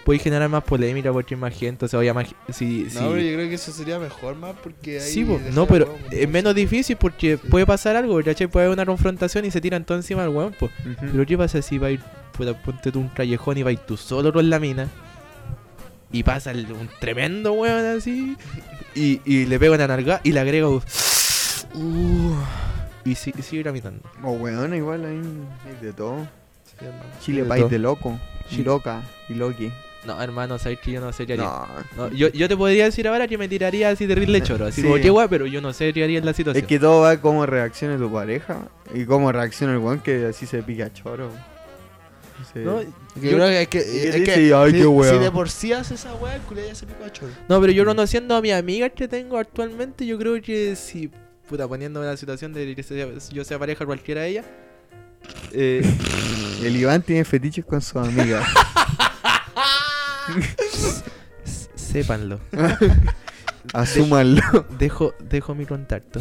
A: Puede generar más polémica porque hay más gente. O sea, vaya más. Si,
B: No,
A: si-
B: pero yo creo que eso sería mejor más porque ahí.
A: Sí, po.
B: deja
A: no,
B: la
A: pero
B: hueá, po.
A: es menos difícil porque puede pasar algo, ¿cachai? Puede haber una confrontación y se tiran todo encima al weón, po.
C: Ujú.
A: Pero ¿qué pasa si va a ir, puta, ponte tú un callejón y va a ir tú solo con la mina? Y pasa el- un tremendo weón así y, y le pega una nalga y le agrega un... Uh, y si- y sigue caminando.
C: O weón, igual ahí hay de todo. Chile
A: De
C: país
A: todo.
C: de loco.
A: Chi-
C: Y loca. Y loki.
A: No, hermano, sabes que yo no sé qué haría.
C: No.
A: No, yo, yo te podría decir ahora que me tiraría así terrible choro. Así
C: Eh, Sí.
A: como, qué guay, pero yo no sé qué haría en la
C: Es
A: situación.
C: que todo va a cómo reacciona tu pareja. Y cómo reacciona el weón que así se pica choro. Sí.
A: No,
B: Yo,
A: Yo-
B: creo que es que.
C: ¿Y
B: es
C: qué
B: que
C: dice? Ay,
B: si,
C: qué hueá.
B: si de por sí hace esa wea, el culo ya se picó a choro.
A: No, pero yo conociendo a mis amigas que tengo actualmente, yo creo que si, puta, poniéndome en la situación de que sea- yo sea pareja cualquiera de ellas, eh,
C: El Iván tiene fetiches con sus amigas.
A: s- sépanlo.
C: Asúmanlo.
A: Dejo, dejo mi contacto.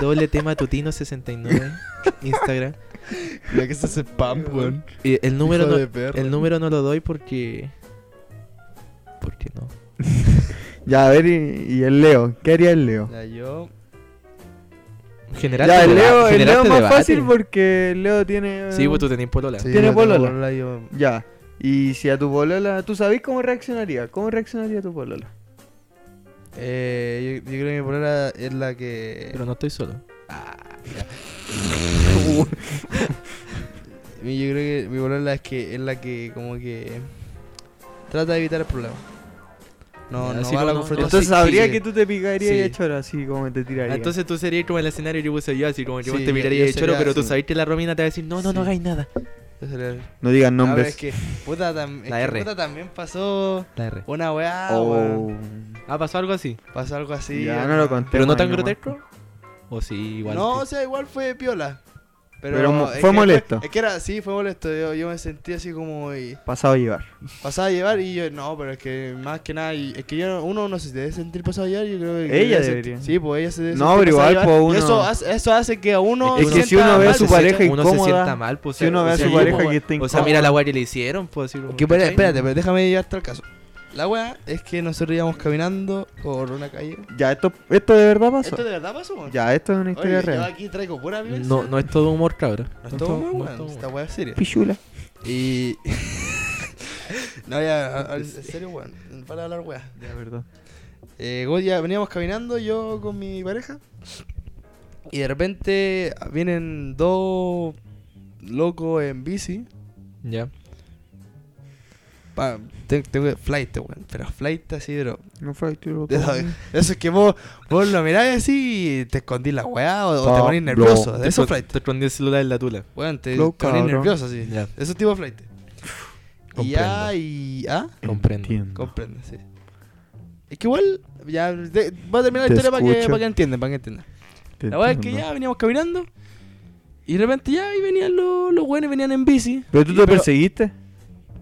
A: Doble tema tutino69, Instagram.
B: Mira que este se hace spam, weón.
A: Eh, el, número
B: Hijo
A: no,
B: de perra.
A: el número no lo doy porque... Porque no.
C: Ya, a ver, y, y el Leo. ¿Qué haría el Leo?
E: Ya yo.
A: Generaste
C: Ya, el
A: deba-
C: Leo, el Leo
A: generaste
C: es más
A: debate.
C: fácil porque el Leo tiene.
A: Sí, pues tú tenés polola.
B: Sí,
C: Tiene
B: yo tengo
C: polola.
B: yo-
C: Ya. Y si a tu polola. ¿Tú sabés cómo reaccionaría? ¿Cómo reaccionaría tu polola?
B: Eh, yo, yo creo que mi polola es la que.
A: Pero no estoy solo.
B: mi- Yo creo que mi polola es, que, es la que, como que. Trata de evitar el problema. No,
A: Ya,
B: no
A: sí,
B: va a la
A: no, no,
B: confrontación.
C: Entonces
A: sí,
C: sabría
A: sí.
C: que tú te picarías
A: Sí.
C: y echar así como te tiraría.
A: Ah, Entonces tú serías como el escenario que puse yo, así como que
B: Sí,
A: vos te
B: yo-
A: mirarías
B: yo
A: de choro,
B: sería
A: pero tú
B: así.
A: sabes que la Romina te va a decir, no, no, no
B: Sí.
A: hagáis nada.
B: Ese era el-
C: no digan
B: Ah, pero
C: nombres.
B: es que, puta, tam- es
A: La
B: que,
A: R.
B: puta, también pasó
A: La R.
B: una weá.
C: Oh.
B: weón.
A: ¿Ha pasado algo así?
B: Pasó algo así.
C: ya
B: weón.
C: no lo conté.
A: ¿Pero no
C: man,
A: tan
C: nomás.
A: grotesco? ¿O sí, igual?
B: No,
A: que-
B: o sea, igual fue piola. Pero,
C: Pero mo-
B: es
C: fue
B: que-
C: molesto.
B: Es que era, sí, fue molesto. Yo, yo me sentí así como. y-
C: Pasado a llevar.
B: pasaba a llevar y yo, no, pero es que más que nada, y- es que yo, uno no se debe sentir pasado a llevar, yo creo que...
C: Ella
B: que se-
C: debería.
B: sí, pues ella se debe
C: No,
B: sentir
C: pero
B: pasada a
C: igual,
B: llevar,
C: pues,
B: y
C: uno-
B: eso hace, eso hace que a uno...
A: Es
B: se
A: que si
B: sienta
C: uno ve a
B: mal,
C: su
B: se
C: pareja
B: sienta-
A: pues, uno se
C: incómoda.
A: sienta mal, pues. o
C: Si
A: sea,
C: uno ve a
A: o sea,
C: su
A: yo
C: pareja
A: como-
C: que está
A: O sea, mira
C: incómoda.
A: la guay que le hicieron, pues. Así, como,
B: Que, pero,
A: ¿cachai?
B: espérate, pero déjame llegar hasta el caso. La wea es que nosotros íbamos caminando por una calle.
C: Ya, esto, esto de verdad pasó.
B: ¿Esto de verdad pasó? man?
C: Ya, esto es una
B: Oye,
C: historia
B: yo
C: real.
B: aquí traigo pura violencia.
A: No, no es todo humor, cabrón.
B: No es todo,
A: no
B: weón,
A: es todo humor.
B: esta wea es seria.
C: Pichula.
B: Y... no, ya, a- a- en serio, weón. Para hablar wea.
C: Ya, verdad.
B: Eh, como ya veníamos caminando yo con mi pareja. Y de repente vienen dos locos en bici.
A: Ya.
B: Pa- te- tengo que- flight, weón. Pero flight así, bro.
C: No fue activo.
B: De eso- Eso es que vos, vos lo mirás así y te escondís la weá o, o te
C: Pa-
B: ponís nervioso.
A: Te
B: Eso
A: escon-
B: flight.
A: Te escondí el celular en la tula.
B: Weón, te,
C: Lo
B: te ponís
C: cabrón.
B: nervioso así.
A: Ya.
B: Eso es tipo flight. Y ya,
A: Comprendo.
B: y. ¿Ah?
A: Comprendo.
B: Comprende, sí. Es que igual, ya, de- voy a terminar la
C: Te
B: historia para que,
C: escucho.
B: para que entiendan, para que entiendan. La weá es que ya veníamos caminando y de repente ya y venían los, los weones, venían en bici.
C: ¿Pero tú
B: Y-
C: te perseguiste?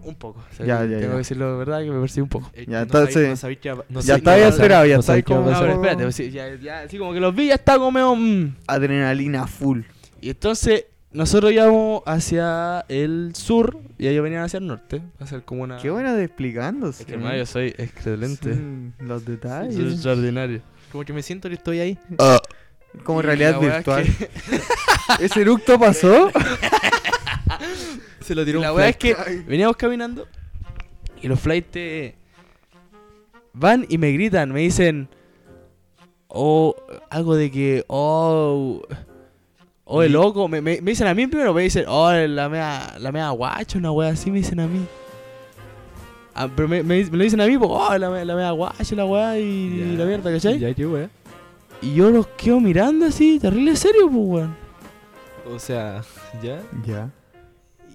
B: Un poco. o sea,
C: Ya,
B: que
C: ya,
B: tengo
C: ya.
B: que decirlo de verdad que me persigue un poco.
A: Eh,
C: Ya,
A: no
C: entonces-
A: sabéis- no sabéis qué va- no
C: ya
A: sabéis qué
C: está
A: va a
C: bien
A: pasar.
C: esperado, ya
B: No
C: está
B: sé
C: ahí
B: qué va a
C: como...
B: pasar. No, pero espérate, pues, sí, ya, ya, así como que los vi, ya está como medio. mm.
C: Adrenalina full.
B: Y entonces, nosotros íbamos hacia el sur y ellos venían hacia el norte. Va a ser como una.
C: Ah. Qué bueno de explicándose.
B: Es que, hermano, yo soy excelente.
C: Sí, Los detalles.
B: Soy extraordinario.
A: Como que me siento y estoy ahí.
C: Ah. Como
B: Ah. Y
C: realidad
B: la weá es
C: virtual. ¿Ese eructo pasó?
A: Se lo
B: Y
A: tiró un
B: la weá es
A: flash.
B: que veníamos caminando y los flights van y me gritan, me dicen. Oh, algo de que. Oh. Oh, el loco. Me, me- me dicen a mí primero, me dicen. Oh, la mea, la mea guacha, una wea así, me dicen a mí. Ah, pero me, me, me lo dicen a mí, pues, oh, la, mea- la mea guacha, la wea y,
A: Ya.
B: la mierda, ¿cachai?
A: Ya, eh. qué weá.
B: Y yo los quedo mirando así, terrible serio, pues, weón.
A: O sea, ya.
C: Ya.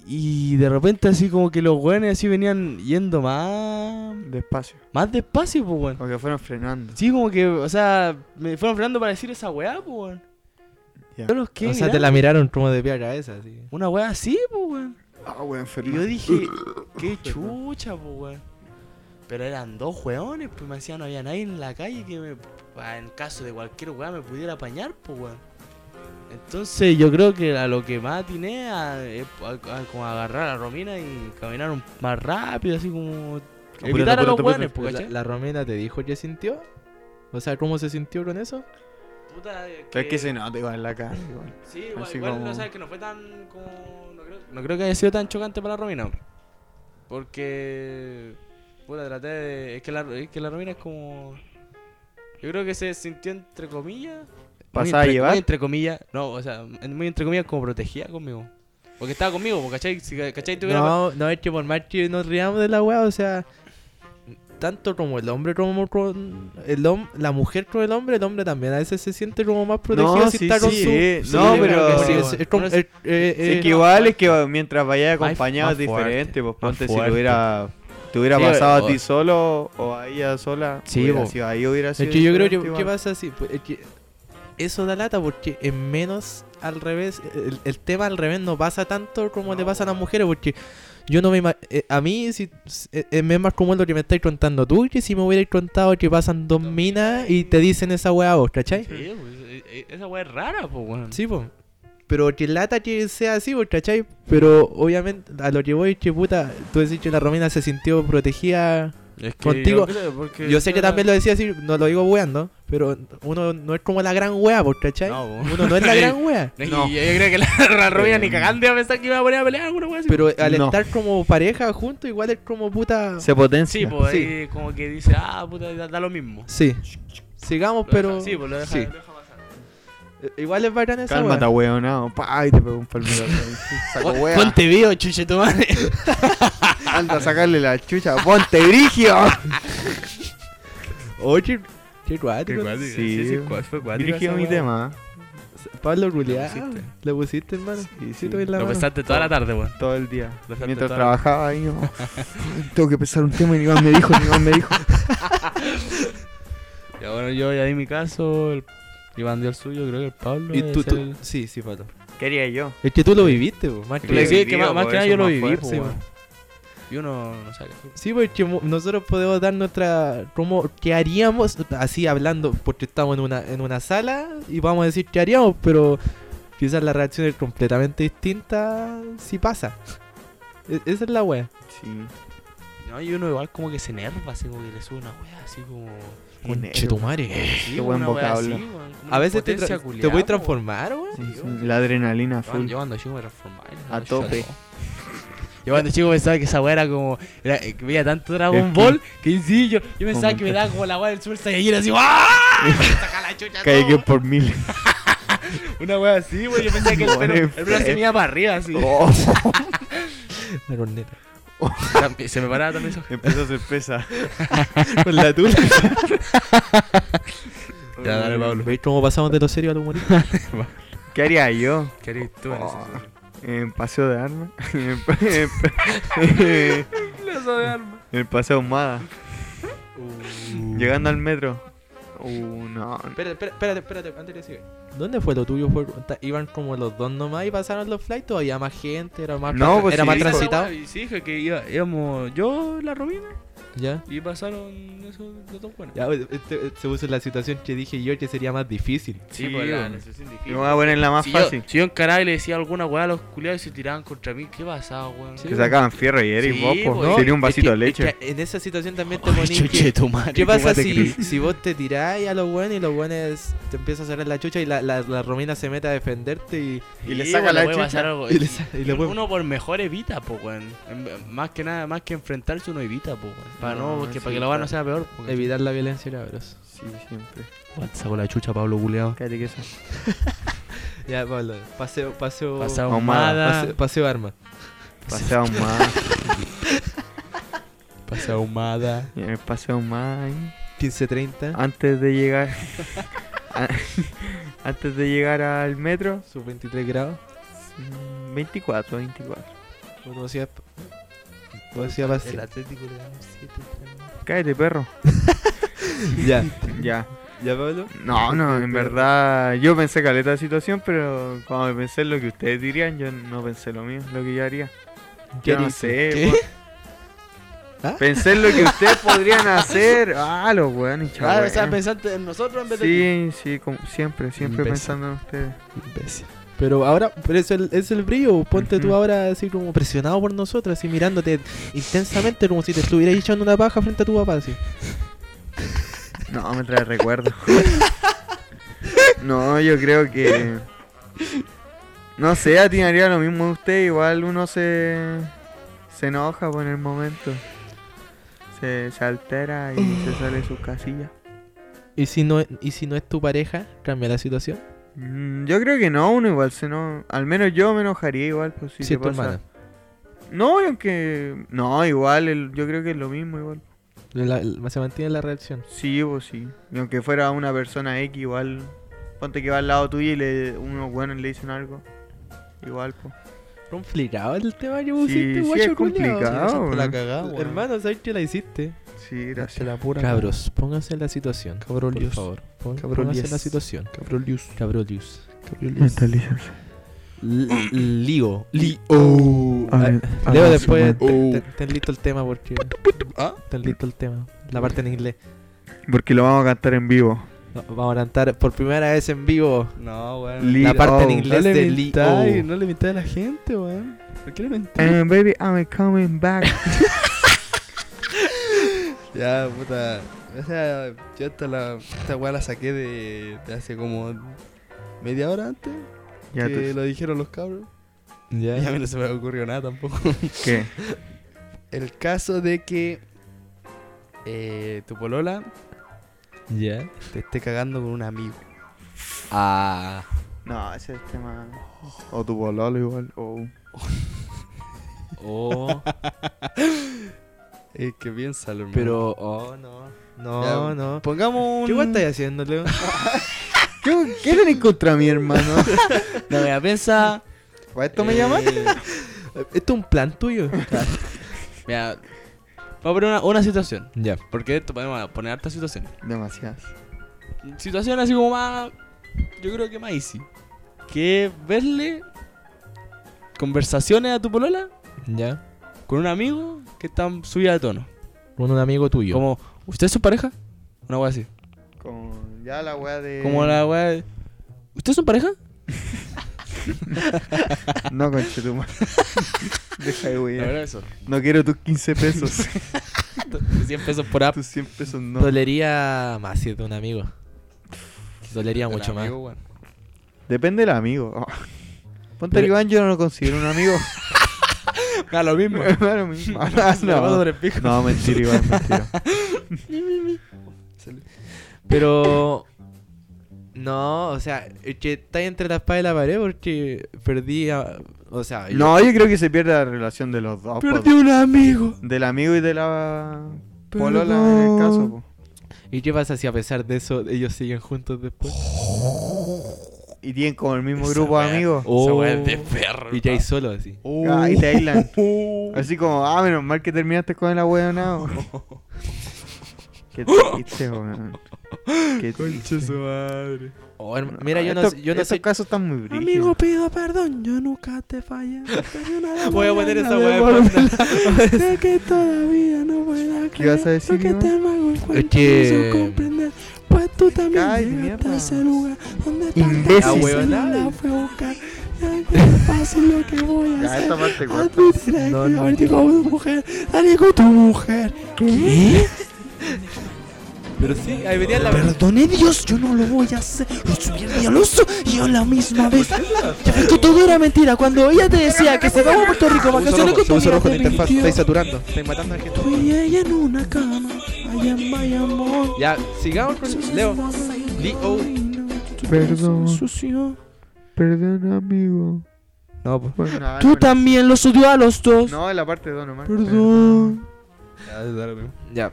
B: Y de repente así como que los weones así venían yendo más...
C: Despacio.
B: Más despacio, pues, weón.
C: Porque fueron frenando.
B: Sí, como que, o sea, me fueron frenando para decir esa weá, pues, weón.
C: Ya.
B: Yo los quedé
A: O sea, te
B: mirando.
A: la miraron como de pie a cabeza, así.
B: Una weá así, pues, weón.
C: Ah, weón,
B: Y yo dije, qué chucha, pues, weón. Pero eran dos weones, pues, me decían, no había nadie en la calle que me, pa- en caso de cualquier weá me pudiera apañar, pues, weón. Entonces yo creo que a lo que más atiné a- es a, a- como agarrar a Romina y caminar un- más rápido, así como... Evitar a los weones, pues,
A: la,
B: ¿cachai?
A: la Romina te dijo qué sintió. O sea, ¿cómo se sintió con eso?
B: Puta,
C: Pero es que se nota igual en la cara. igual.
B: Sí, igual,
C: Así
B: igual,
C: como-
B: o sea, que no fue tan como... No creo, no creo que haya sido tan chocante para la Romina. Porque... Puta, traté de... Es que la, es que la Romina es como... Yo creo que se sintió entre comillas... muy
C: ¿Pasada a
B: entre-
C: llevar?
B: Muy entre comillas... No, o sea, en- muy entre comillas como protegida conmigo. Porque estaba conmigo, porque, ¿cachai? Si, ¿cachai? Tuviera...
A: No, no, es que por más que nos riamos de la weá, o sea, tanto como el hombre como con- el hom- la mujer con el hombre, el hombre también a veces se siente como más protegido
C: No,
A: si
C: sí,
A: está con
C: sí,
A: su...
C: eh,
A: Sí,
C: no,
A: yo creo
C: pero-
A: que sí, es- es como-
B: Uno
A: es-
B: se-
A: eh, eh,
C: es que igual
B: más
C: es que mientras vayas acompañado
B: más
C: es diferente. Pues
B: más
C: ponte si
B: fuerte.
C: lo hubiera, te hubiera
B: Sí,
C: pasado
B: o-
C: a ti solo o a ella sola.
B: Sí,
C: hubiera
B: po.
C: sido- ahí hubiera
A: Es
C: sido.
A: que yo creo
C: diferente
A: que, ¿qué
C: igual.
A: pasa así? Pues, es que eso da lata porque es menos al revés, el, el tema al revés no pasa tanto como le pasa a las mujeres porque yo no me ima- eh, a mí si, s- eh, eh, me es más común lo que me estáis contando tú que si me hubierais contado que pasan dos minas y te dicen esa weá a vos, ¿cachai?
B: Sí, pues, eh, eh, esa weá es rara, pues, weón.
A: Sí, po. Pero que lata que sea así, po, ¿cachai? Pero obviamente, a lo que voy es que puta, tú decís que la Romina se sintió protegida.
B: Es que
A: Contigo-
B: yo creo, porque-
A: Yo sé que también lo decía así, no lo digo weando, pero uno no es como la gran wea, po, ¿cachai?
B: No, Eh, po.
A: uno no es la gran wea.
B: Y yo creo que la, la Romina ni cagando iba a pensar que iba a poner a pelear alguna weá así.
A: Pero al
C: No.
A: estar como pareja juntos, igual es como puta.
C: Se potencia.
B: Sí, pues
A: Sí.
B: ahí como que dice, ah, puta, da, da lo mismo.
A: Sí. Sigamos,
B: Lo
A: pero.
B: deja- sí, pues lo deja,
A: sí.
B: lo deja pasar.
A: Eh, Igual es bacán esa
C: Cálmate,
A: wea.
C: weonado. Pa, y te pegó un palmito. Saco
B: Pon-
C: wea.
B: Ponte vivo, chuche tu madre.
C: Anda a sacarle la chucha. Ponte brigio.
A: Oye, qué cuático.
C: sí, sí, cua-
E: fue
C: Brigio mi tema. ¿ah?
A: Pablo
E: Le
A: Ruleado.
E: pusiste.
A: Le pusiste, hermano.
C: Sí,
A: Sí,
C: sí.
A: te ves la
B: Lo
A: mano.
B: pensaste toda la tarde, weón.
C: todo el día.
B: Dejaste
C: Mientras
B: todo.
C: trabajaba ahí, yo, tengo que pensar un tema y Iván me dijo, Iván me dijo.
B: Ya bueno, yo ya di mi caso, el Iván dio el suyo, creo que el Pablo.
A: Y
B: debe
A: tú,
B: ser
A: tú.
B: el-
A: Sí, sí, Pablo.
C: Quería yo.
A: Es que tú lo viviste, po, más que-
B: Claro, sí, que más-
C: po,
B: más que nada
C: eso
B: yo
C: es
B: lo
C: más
B: viví, pues,
C: fuerte,
B: po,
C: weón.
B: weón. Y uno no sabe.
A: Sí, pues, porque mo- nosotros podemos dar nuestra. Como, ¿Qué haríamos? Así hablando, porque estamos en una, en una sala y vamos a decir qué haríamos, pero quizás la reacción es completamente distinta si pasa. E- esa es la wea.
C: Sí.
B: No, y uno igual como que se enerva, así como que le sube una weá, así como.
A: Conchetumare.
B: Sí,
C: Qué buen
B: una weá
C: vocablo.
B: así, weón, como una
A: A veces te,
B: impotencia
A: tra-
B: culiada,
A: te voy a
B: weón.
A: transformar, weón.
C: Sí, sí, La adrenalina
B: Yo cuando-
C: full.
B: Yo cuando chico me transformaba. en
C: A
B: un
C: tope.
B: shot. Yo cuando chico pensaba que esa weá era como. Era, eh, que veía tanto Dragon
C: Es que-
B: Ball que sí, yo, yo pensaba
C: Como
B: que me daba como la weá del Super Saiyajin así. ¡Ah! Saca la chucha,
C: Caí
B: no.
C: que por mil.
B: Una weá así, wey. Yo pensaba que el
C: Bueno,
B: pelo, el pelo se
C: fe.
B: me iba para arriba así.
C: Oh,
A: La corneta.
B: También- se me paraba también eso.
C: empezó a hacer pesa.
A: Con la tula.
B: Ya, dale, Pablo.
A: ¿Veis cómo pasamos de lo serio a lo humorístico?
C: ¿Qué haría yo?
B: ¿Qué harías tú en ese
C: Oh.
B: sentido?
C: En paseo de armas. En pa- en pa-
B: Lazo de arma. Uh.
C: en paseo humada. Llegando al metro. Uh, no.
A: Espérate, espera- espérate, espérate, antes de seguir. ¿Dónde fue lo tuyo? Fue- ta- iban como los dos nomás y pasaron los flights, o había más gente, era más,
C: No, pues
A: era
C: sí,
A: más
C: dijo-
A: transitado.
E: Y sí, dije que iba- íbamos yo, la Robina,
A: Ya.
E: y pasaron esos los dos buenos.
A: Ya, pues, este- se puso en la situación que dije yo que sería más difícil.
B: Sí,
E: Sí,
B: pues, la
E: weón.
B: negociación
C: Me
B: difícil.
C: voy a poner la más
B: si,
C: fácil.
B: Yo, si yo encaraba y le decía alguna weá a los culiados y se tiraban contra mí, ¿qué pasaba, weón?
A: Sí,
C: Que sacaban fierro y eres
B: Sí,
C: vos, po.
B: pues, ¿no?
C: Sería un vasito de
A: Es que-
C: leche.
A: es que en esa situación también te pones. que- ¿Qué pasa si, si vos te tirás a los buenos y los buenos te empiezan a sacar la chucha y la, la, la romina se mete a defenderte y,
C: Y le saca la chucha.
A: y le, sa- y le puede-
B: Uno por mejor evita, po, weón. En- Más que nada, más que enfrentarse, uno evita, po, weón. Para no,
C: No,
B: porque
C: sí,
B: para que la weá
C: está.
B: no sea peor, po. weón.
A: evitar la violencia cabros.
C: Sí, siempre.
B: Weón, te sacó la chucha, Pablo Culeado.
C: Cállate que esa.
A: Ya, Pablo, paseo, paseo,
B: Pasado
C: Ahumada.
B: ahumada.
A: paseo, paseo arma.
C: Paseo más.
B: Pasado ahumada.
C: En el paseo más.
A: 15.30,
C: Antes de llegar. a- antes de llegar al metro.
A: sub 23 grados.
C: mm, 24, 24.
A: Como decía, como decía Basti.
B: Atlético le da un
C: Cállate, perro.
A: Ya,
C: Ya.
A: ya, Pablo.
C: No, no, en verdad. Yo pensé caleta de situación, pero cuando pensé lo que ustedes dirían, yo no pensé lo mío, lo que yo haría. Yo no
A: dices?
C: sé,
A: ¿Qué?
C: po.
A: ¿Ah?
C: Pensé en lo que ustedes podrían hacer. Ah, los weones,
B: Claro,
C: chavales.
B: o sea, pensaste en nosotros en vez de.
C: Sí, sí, como siempre, siempre
A: Imbécil.
C: pensando en ustedes.
A: Pero ahora, pero es el, es el brillo. Ponte tú
C: Ujú.
A: ahora así como presionado por nosotros, así mirándote intensamente como si te estuvieras echando una paja frente a tu papá, así.
C: No, me trae recuerdo. no, yo creo que. No sé, atinaría lo mismo a usted. Igual uno se. Se enoja por el momento. Se, se altera y se sale de sus casillas.
A: ¿Y si no, y si no es tu pareja, cambia la situación?
C: Mm, Yo creo que no, uno igual se no. Al menos yo me enojaría igual, pues si
A: Si
C: te
A: es tu
C: pasa.
A: hermana.
C: No, y aunque. No, igual, el- yo creo que es lo mismo, igual.
A: La- la- se mantiene la reacción.
C: Sí, pues sí. Y aunque fuera una persona X, igual. Ponte que va al lado tuyo y le, unos buenos le dicen algo. Igual, pues.
A: Complicado el tema que
C: pusiste, sí, guacho es culiao. complicado,
A: Sí,
C: weón.
A: la cagada, Hermano, ¿sabes que la hiciste?
C: Sí, gracias.
B: la pura.
A: Cabros, pónganse en la situación. Cabrolius. Por favor. Pon-
B: Cabrolius.
A: Pónganse en la situación. Cabrolius. Cabrolius.
C: Mentalízate.
A: L- Lío. Lío.
C: A
A: Ah,
C: ver, a
A: Leo,
C: ver,
A: después
E: Simón.
A: te- te- ten listo el tema porque.
E: ¿Ah?
A: Ten listo el tema. La parte en inglés.
C: Porque lo vamos a cantar en vivo.
A: No, vamos a cantar por primera vez en vivo.
E: No, weón.
C: Li-
A: La parte en
C: oh.
A: inglés de Oh. Lío.
E: no le mintáis a la gente, weón. ¿Por qué le mentáis?
C: Eh, baby, I'm coming back.
E: Ya, puta. O sea, yo hasta la, esta weá la saqué de, de hace como media hora antes.
C: ya
E: que
C: tú.
E: lo dijeron los cabros.
A: Ya.
E: Ya a mí no se me ocurrió nada tampoco.
C: ¿Qué?
E: El caso de que eh, tu polola
A: Ya.
E: te esté cagando con un amigo.
A: Ah.
C: No, ese es el tema. O tu bololo igual. O.
A: Oh.
E: Es que piénsalo, hermano.
A: Pero. Oh, no. No,
E: Ya,
A: no.
E: Pongamos un.
A: ¿Qué guay estáis haciendo, Leo?
C: ¿Qué, qué tenés contra mi hermano?
B: No, mira, piensa.
C: ¿Para esto me llamas?
A: ¿Esto es un plan tuyo?
B: Mira, vamos a poner una, una situación.
A: ya.
B: Porque esto podemos poner harta situación.
C: Demasiadas.
B: Situación así como más. Yo creo que más easy. Que verle conversaciones a tu polola
A: Ya.
B: con un amigo que están subida de tono.
A: Con un amigo tuyo.
B: Como, ¿usted es su pareja? Una wea así.
C: Como ya la weá de.
B: Como la wea de, ¿Usted es su pareja?
C: No, conchetumar. Deja de
B: La
C: weá.
B: verdad, eso.
C: No quiero tus 15 pesos.
B: 100 pesos por app.
C: tus 100 pesos no.
A: Dolería más si es de un amigo. Dolería mucho más.
C: Depende del amigo. Oh. Ponte
A: Pero-
C: que Iván yo no lo considero un amigo.
B: Da lo mismo.
C: Hermano mismo. Ah, no. no, mentira, Iván, mentira.
A: Pero. No, o sea, es que está entre la espada y la pared porque perdí a. O sea, yo-
C: No, yo creo que se pierde la relación de los dos. po.
B: Perdí un amigo.
C: Del amigo y de la polola en el caso. po.
A: ¿Y qué pasa si a pesar de eso ellos siguen juntos después?
C: Y tienen como el mismo
B: Esa
C: grupo de
B: wea.
C: amigos.
B: Esa
A: Oh.
B: wea es de Oh. perro.
A: Y ya hay solo así.
C: Ah, y te aislan. Así como, ah, menos mal que terminaste con el abuelo. Qué triste, weón. Qué
E: Concha su
C: triste. Ah,
E: madre.
B: Oh, herma- mira, yo no,
C: Estos-
B: yo no
C: estos
B: soy.
C: casos están muy brillantes.
E: Amigo, pido perdón, yo nunca te fallé. Pero nada
B: Voy a poner
E: mañana
B: esa
E: me
B: weá de
E: volverá.
B: fondo.
E: Sé que todavía no puedo creer
C: ¿Qué vas a decir,
E: lo que
C: Iván?
E: te hago encuentro
B: Es que-
E: sin comprender. Pues tú también
C: Cállate,
E: llegaste
C: mierda.
E: a ese lugar donde
C: Imbécil.
E: tanta
B: Ah,
E: cosa
B: weón.
E: la fue a buscar. Ya que es fácil lo que voy a
C: Ya,
E: hacer.
C: esta parte corta.
E: Admitiré que
A: No, no.
E: yo digo tu mujer, salí con tu mujer. ¿Eh? ¿Qué?
B: Pero sí, ahí venía la.
E: Perdone Dios, yo no lo voy a hacer. Lo subieron y al oso y a la misma vez. Ya ves que todo era mentira. Cuando ella te decía que se va a Puerto Rico,
A: Se puso
E: vacaciones
A: rojo,
E: con
A: se puso
E: tu amiga,
A: rojo la
E: te
A: interfaz.
E: mintió.
A: Estáis saturando. Estáis matando a la gente.
E: Tú y ella en una cama, allá en Bayamón.
A: Ya, sigamos con Leo. Leo.
C: Perdón.
E: Sucio.
C: Perdón, amigo.
A: No, pues.
C: Bueno, no,
E: Tú
C: no,
E: también los odió a los dos.
C: No, en la parte de Don Omar.
E: Perdón.
A: Ya.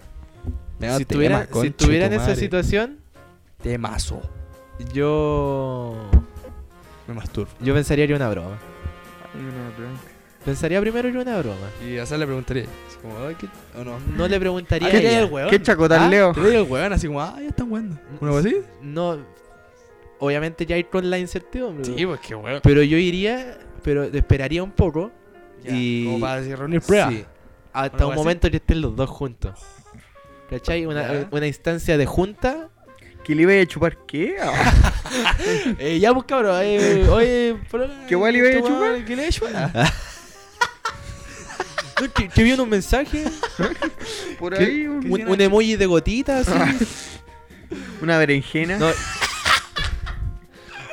B: Mega
A: si
B: tema,
A: tuviera, si
B: conche
A: tuviera en
B: tu
A: esa
B: madre.
A: situación,
B: Temazo.
A: yo.
B: Me masturbo.
A: Yo pensaría haría una broma.
C: Hay una bronca.
A: Pensaría primero en una broma.
B: Y a esa le preguntaría. Así como, ay, ¿qué? ¿O no?
A: No le preguntaría.
B: Ah,
A: a
B: ¿qué crees,
A: ella.
B: weón?
C: ¿Qué chacotal, Leo?
B: Te digo el weón así como, ah, ya están jugando. ¿Una cosa así?
A: No. Obviamente ya ir con la incertidumbre.
B: Sí, pues qué weón.
A: Pero yo iría, pero esperaría un poco.
B: Y...
A: Y-
B: Como para decir, reunir pruebas.
A: Sí.
B: Una
A: Hasta un
B: wea
A: momento que estén los dos juntos. ¿Cachai? Una,
B: Ya.
A: una instancia de junta.
C: ¿Que le iba a chupar qué? Ah,
B: Eh, ya, pues cabrón. Eh, oye, pero,
C: ¿Qué weón le iba a
B: esta
C: chupar? Ah.
B: weá, ¿Qué le iba a chupar?
A: No, Que, que vieron un mensaje,
C: Por
A: ¿Qué?
C: ahí un-
A: un, em- un emoji de gotitas. así.
C: una berenjena.
A: No.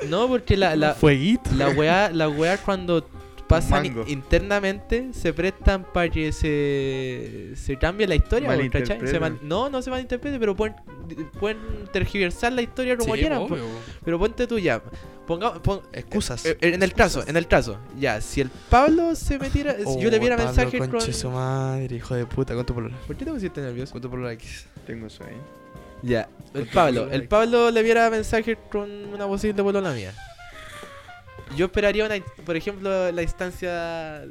A: No, porque la, la,
B: Fueguito.
A: la weá, la weá cuando pasan
C: mango.
A: internamente se prestan para que se, se cambie la historia, po, ¿cachai? Se mal-
C: Malinterpretan.
A: no, no se malinterprete, pero pueden, pueden tergiversar la historia como
B: Sí,
A: quieran. po.
B: obvio, po.
A: Pero ponte tú ya. Ponga, pon-
B: Excusas.
A: eh, eh, en el caso, en el caso. Ya, si el Pablo se metiera. si yo le
B: Oh,
A: viera
B: Pablo,
A: mensaje
B: conche
A: con.
B: su madre, hijo de puta. ¿Cuánto por
A: ¿Por qué te pusiste nervioso?
B: ¿Cuánto por X?
C: Tengo sueño.
A: Ya, el
B: tu
A: Pablo.
B: amigo
A: El
B: Alex.
A: Pablo le viera mensaje con una posible bolona mía. Yo esperaría, una, por ejemplo, la instancia.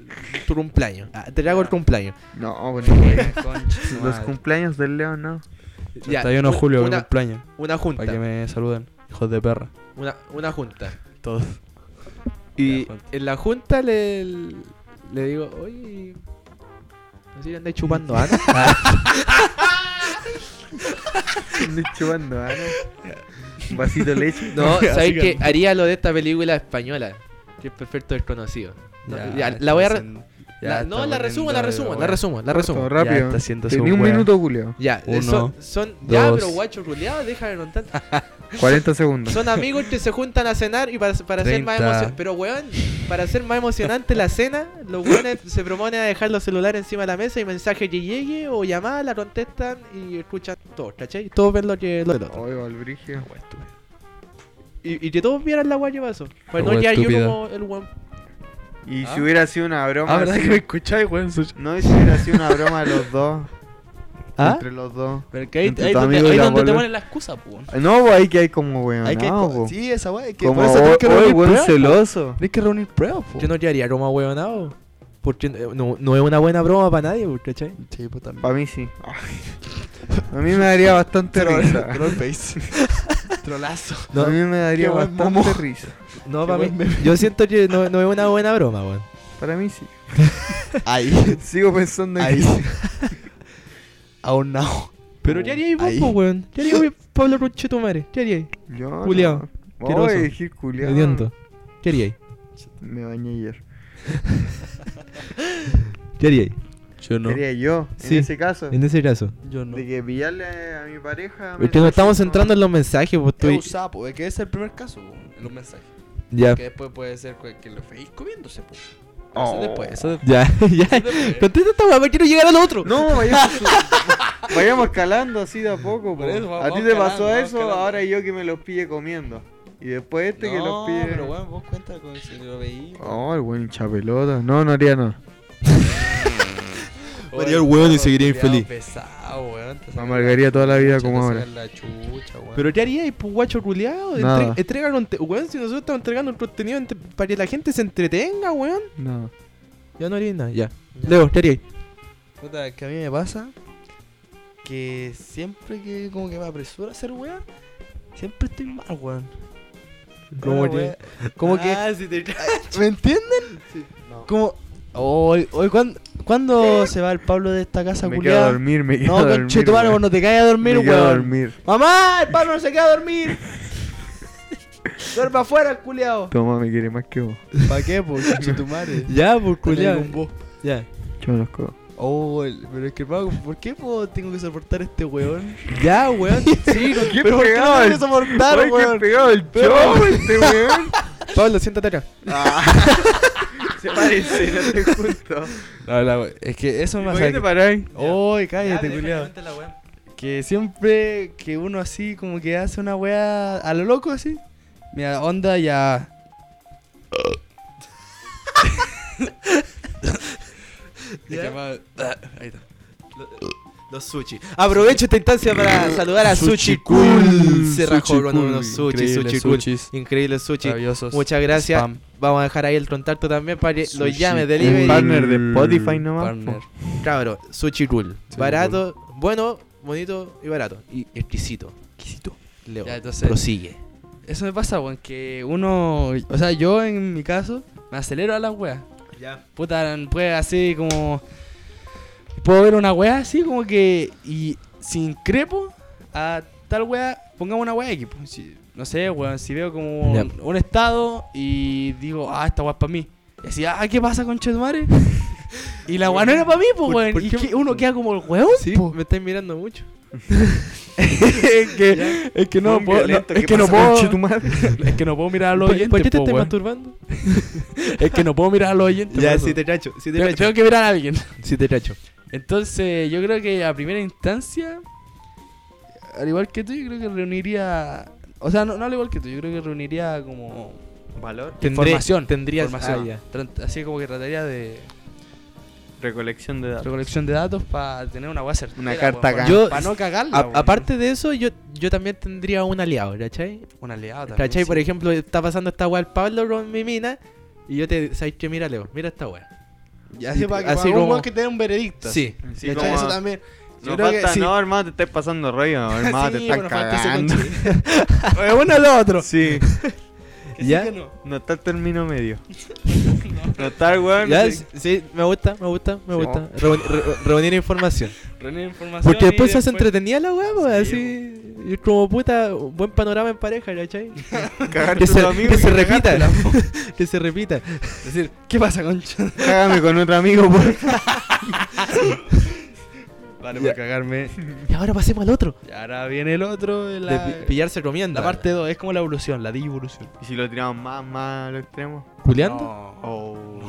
A: Tu cumpleaños. Ah, te hago el cumpleaños.
C: No, bueno. güey.
B: Concha su
C: Los
B: madre.
C: cumpleaños del Leo no.
A: Ya,
B: 31 de
A: un-
B: julio,
A: una,
B: cumpleaños.
A: una
B: Para que
A: junta.
B: me saluden. Hijos de perra.
A: Una, una junta.
B: Todos.
A: Y
B: Ya, Juan.
A: en la junta le, le digo, oye, no sé si andáis chupando ano.
C: Estoy chupando, ah, ¿no? Un vasito de leche.
A: No,
B: Así
A: ¿sabéis
B: que-
A: que haría lo de esta película española? Que es perfecto desconocido. No, ya, la voy a. re- la- no, la resumo, la resumo, la resumo, la resumo.
C: Todo rápido.
B: está haciendo su
C: Tenía un
B: wea.
C: minuto, Julio.
A: Ya, eh,
B: Uno,
A: son. son- ya,
B: dos.
A: pero guacho culiado, déjame contar.
C: 40 segundos.
A: Son amigos que se juntan a cenar y para, para hacer más
B: Treinta.
A: emocionante. Pero, weón, para hacer más emocionante la cena, los weones se proponen a dejar los celulares encima de la mesa y mensaje que llegue o llamada la contestan y escuchan todos, ¿cachai? Todos ven lo que. Lo del otro.
C: Oye, Valbrigio.
A: Y, y que todos vieran la guay que pasó. Para no
B: Como
A: quedar yo
B: estúpido.
A: como el weón.
C: Y
B: Ah.
C: si hubiera sido una broma.
B: Ah, ¿verdad
C: así-
B: que me escucháis, weón? Such-
C: No, y si hubiera sido una broma de los dos.
B: ¿Ah?
C: Entre los dos.
B: Pero que ahí,
C: Entre
B: ahí
C: tu
B: donde,
C: amigo y
B: ahí
C: la
B: donde te
C: boluda.
B: ponen la excusa, po, weón.
C: No, pues ahí que hay como weón.
B: Hay que-
C: no,
B: Sí, esa weá. es que
C: como
B: por eso tenés que
C: oh, oh,
B: reunir
C: weón
B: pruebas.
C: celoso.
B: Tienes que reunir pruebas, po.
A: Yo no quedaría como ahueonado. Porque eh, no, no es una buena broma para nadie, pues, ¿cachai?
B: Sí, pues también.
C: Para mí sí. A mí me daría bastante risa.
B: face. Trolazo.
A: No,
C: a mí me daría
B: qué buen
C: bastante
B: momo.
C: risa.
A: No,
B: Qué
A: para mí.
B: buen meme.
A: Yo siento que no, no es una buena broma, weón.
C: Para mí sí.
B: Ahí.
C: Sigo pensando en
B: Ahí.
C: que sí.
B: Aún no.
A: Pero ¿qué haríais vos,
B: Ahí.
A: po, weón? ¿Qué haríais vos, Pablo Conchetumare? ¿Qué haríais?
C: Yo.
A: Culeado.
C: No.
A: Asqueroso.
C: Voy a decir culiao.
A: Hediondo. ¿Qué haríais?
C: Me bañé ayer.
A: ¿Qué haríais?
B: Yo no.
C: Sería yo,
A: Sí.
C: en ese caso.
A: En ese caso.
B: Yo no.
C: De que pillarle a mi pareja.
A: Es que nos estamos
C: entrando
A: centrando en los mensajes, pues tú.
B: Es un sapo, es que ese es el primer caso, po, en los mensajes.
A: Ya,
B: Que después puede ser que que lo veis comiéndose, po. Pero
C: Oh.
B: Eso después, eso después.
A: ya, ya.
B: después.
A: Contesta esta weón, quiero llegar al otro.
C: No, vayamos, su- vayamos escalando así de a poco.
B: Por
C: po.
B: eso, vamos
C: a ti te
B: escalando,
C: pasó
B: vamos
C: eso,
B: escalando.
C: ahora yo que me los pille comiendo. Y después este que los
B: No,
C: pille.
B: pero weón, vos cuenta con si lo veí.
C: Oh, el buen chapelota. No, no haría nada.
B: María el
A: weón y seguiría infeliz.
B: Pesado, weón. te saca
C: amargaría toda la
B: chucha,
C: vida
B: te
C: como
B: saca
C: ahora.
B: la chucha, weón.
A: Pero ¿qué haríais, pues, guacho culiado?
C: Nada.
A: Entrega, entrega conte- Weón, si nosotros estamos entregando un contenido entre- para que la gente se entretenga, weón.
C: No.
A: Ya no haríais nada, ya.
B: Ya.
A: Leo, ¿qué haríais?
B: Puta, que a mí me pasa que siempre que como que me apresuro a hacer weá, siempre estoy mal, weón.
A: Como
B: Una
A: que-
B: weá- Como que.
A: Ah, sí, te
B: ¿Me entienden?
A: No.
B: Como. Hoy, hoy ¿cuándo, ¿cuándo se va el Pablo de esta casa,
C: Me quedo a
B: culiada?
C: dormir, me quedo
B: No,
C: a dormir.
B: conche tu mano,
C: weón.
B: no te caigas a dormir,
C: me quedo a
B: weón.
C: dormir.
B: ¡Mamá! ¡El Pablo no se queda a dormir! ¡Duerme afuera, el culiao!
C: Toma, me quiere más que vos.
B: ¿Para qué, po? Conche tu madre.
A: Ya, pues,
B: Culiao.
A: culiao.
B: Ya.
C: Yo los codo.
B: Oh, el- pero es que, hermano, ¿por qué po, tengo que soportar a este weón?
A: Ya, weón. Sí, no
C: ¿Qué
B: ¿Pero por qué lo tengo que soportar, weón?
C: pegado el show este weón?
A: Pablo, siéntate acá.
B: Ah.
C: Se parece, no te junto.
B: No, la we- es que eso me
E: ¿Por qué te
B: hace.
E: paráis?
B: ¡Oh, cállate, culiao! Que siempre que uno así como que hace una wea a lo loco así. Mira, onda ya.
A: Ya.
B: ah, Ahí está.
A: Los sushi. Aprovecho esta instancia para saludar a Sushi Cool. Se rajó con unos sushi, Sushi Cool. Increíble sushi.
B: Maravillosos.
A: Muchas gracias.
B: Spam.
A: Vamos a dejar ahí el contacto también para que lo
B: Sushi
A: llame
B: Cool.
A: delivery.
C: Partner de Spotify nomás.
B: Mm, Partner.
A: Cabrón, sushi cool.
B: Sushi
A: barato, bueno, bonito y barato. Y exquisito. Exquisito. Leo.
B: Ya, entonces-
A: Prosigue.
B: Eso me pasa, weón, que uno. O sea, yo en mi caso me acelero a las weas.
A: Ya.
B: Puta, pues así como. Puedo ver una wea así como que. Y sin crepo a tal wea, pongamos una wea X. pues, si- no sé, weón, si veo como
A: Ya.
B: un estado y digo, ah, esta wea es para mí. Y así, ah, ¿qué pasa con Chetumare? y la wea no era para mí, pues,
A: ¿Por-
B: weón.
A: por
B: y
A: qué-
B: que uno queda como el weón,
A: Sí,
B: po.
A: me estáis mirando mucho.
B: es, que, es que no puedo. no, es que no puedo. Es que no puedo mirar a los oyentes.
A: ¿Por qué te
B: po,
A: estás
B: weón.
A: masturbando?
B: Es que no puedo mirar a los oyentes. por eso.
A: cacho, si
B: Tengo- tengo que mirar a alguien.
A: Si te cacho.
B: Entonces, yo creo que a primera instancia, al igual que tú, yo creo que reuniría. O sea, no, no al igual que tú, yo creo que reuniría como.
C: Valor.
B: información.
A: Tendrías.
B: información.
A: Ah, ya.
B: Tran- Así como que trataría de
C: Recolección de datos.
B: recolección de datos para tener una base
C: Una carta
B: para,
C: acá.
A: Yo-
B: no cagarla.
A: A-
B: weón.
A: aparte de eso, yo, yo también tendría un aliado, ¿cachai?
B: Un aliado también.
A: ¿Cachai?
B: sí.
A: Por ejemplo, está pasando esta weá al Pablo con mi mina. Y yo te. ¿Sabes qué? Mira, Leo. Mira esta weá.
B: Y así para que,
A: así
B: para un
A: como-
B: weón que tener un veredicto.
A: Sí.
C: Sí,
B: ¿Cachai?
C: como-
B: Eso también. Yo
C: No,
B: creo
C: falta-
B: que sí.
C: no, hermano, te estás pasando rollo, hermano, te
B: Sí,
C: están
B: bueno, falta ese
C: cagando.
B: conche- Uno al otro.
C: Sí,
B: Que sí,
A: ¿Ya?
B: que no.
C: no está el término medio. no está el weón.
A: Ya,
C: sí.
A: sí, sí, me gusta, me gusta, me gusta. Reuni- re- reunir información.
B: Reunir información.
A: Porque después se hace
B: se
A: entretenida la weá, pues, así. Y es como puta, buen panorama en pareja, ¿cachai? Que se, que se repita, que se repita.
B: Es decir, ¿qué pasa, concha?
C: Cágame con otro amigo, por favor.
B: Vale, por cagarme.
A: Y ahora pasemos al otro.
B: Y ahora viene el otro.
A: De
B: La,
A: pi- pillarse comiendo.
B: la parte 2 es como la evolución, la divolución.
C: Y si lo tiramos más, más al extremo.
A: ¿Culeando?
C: Oh.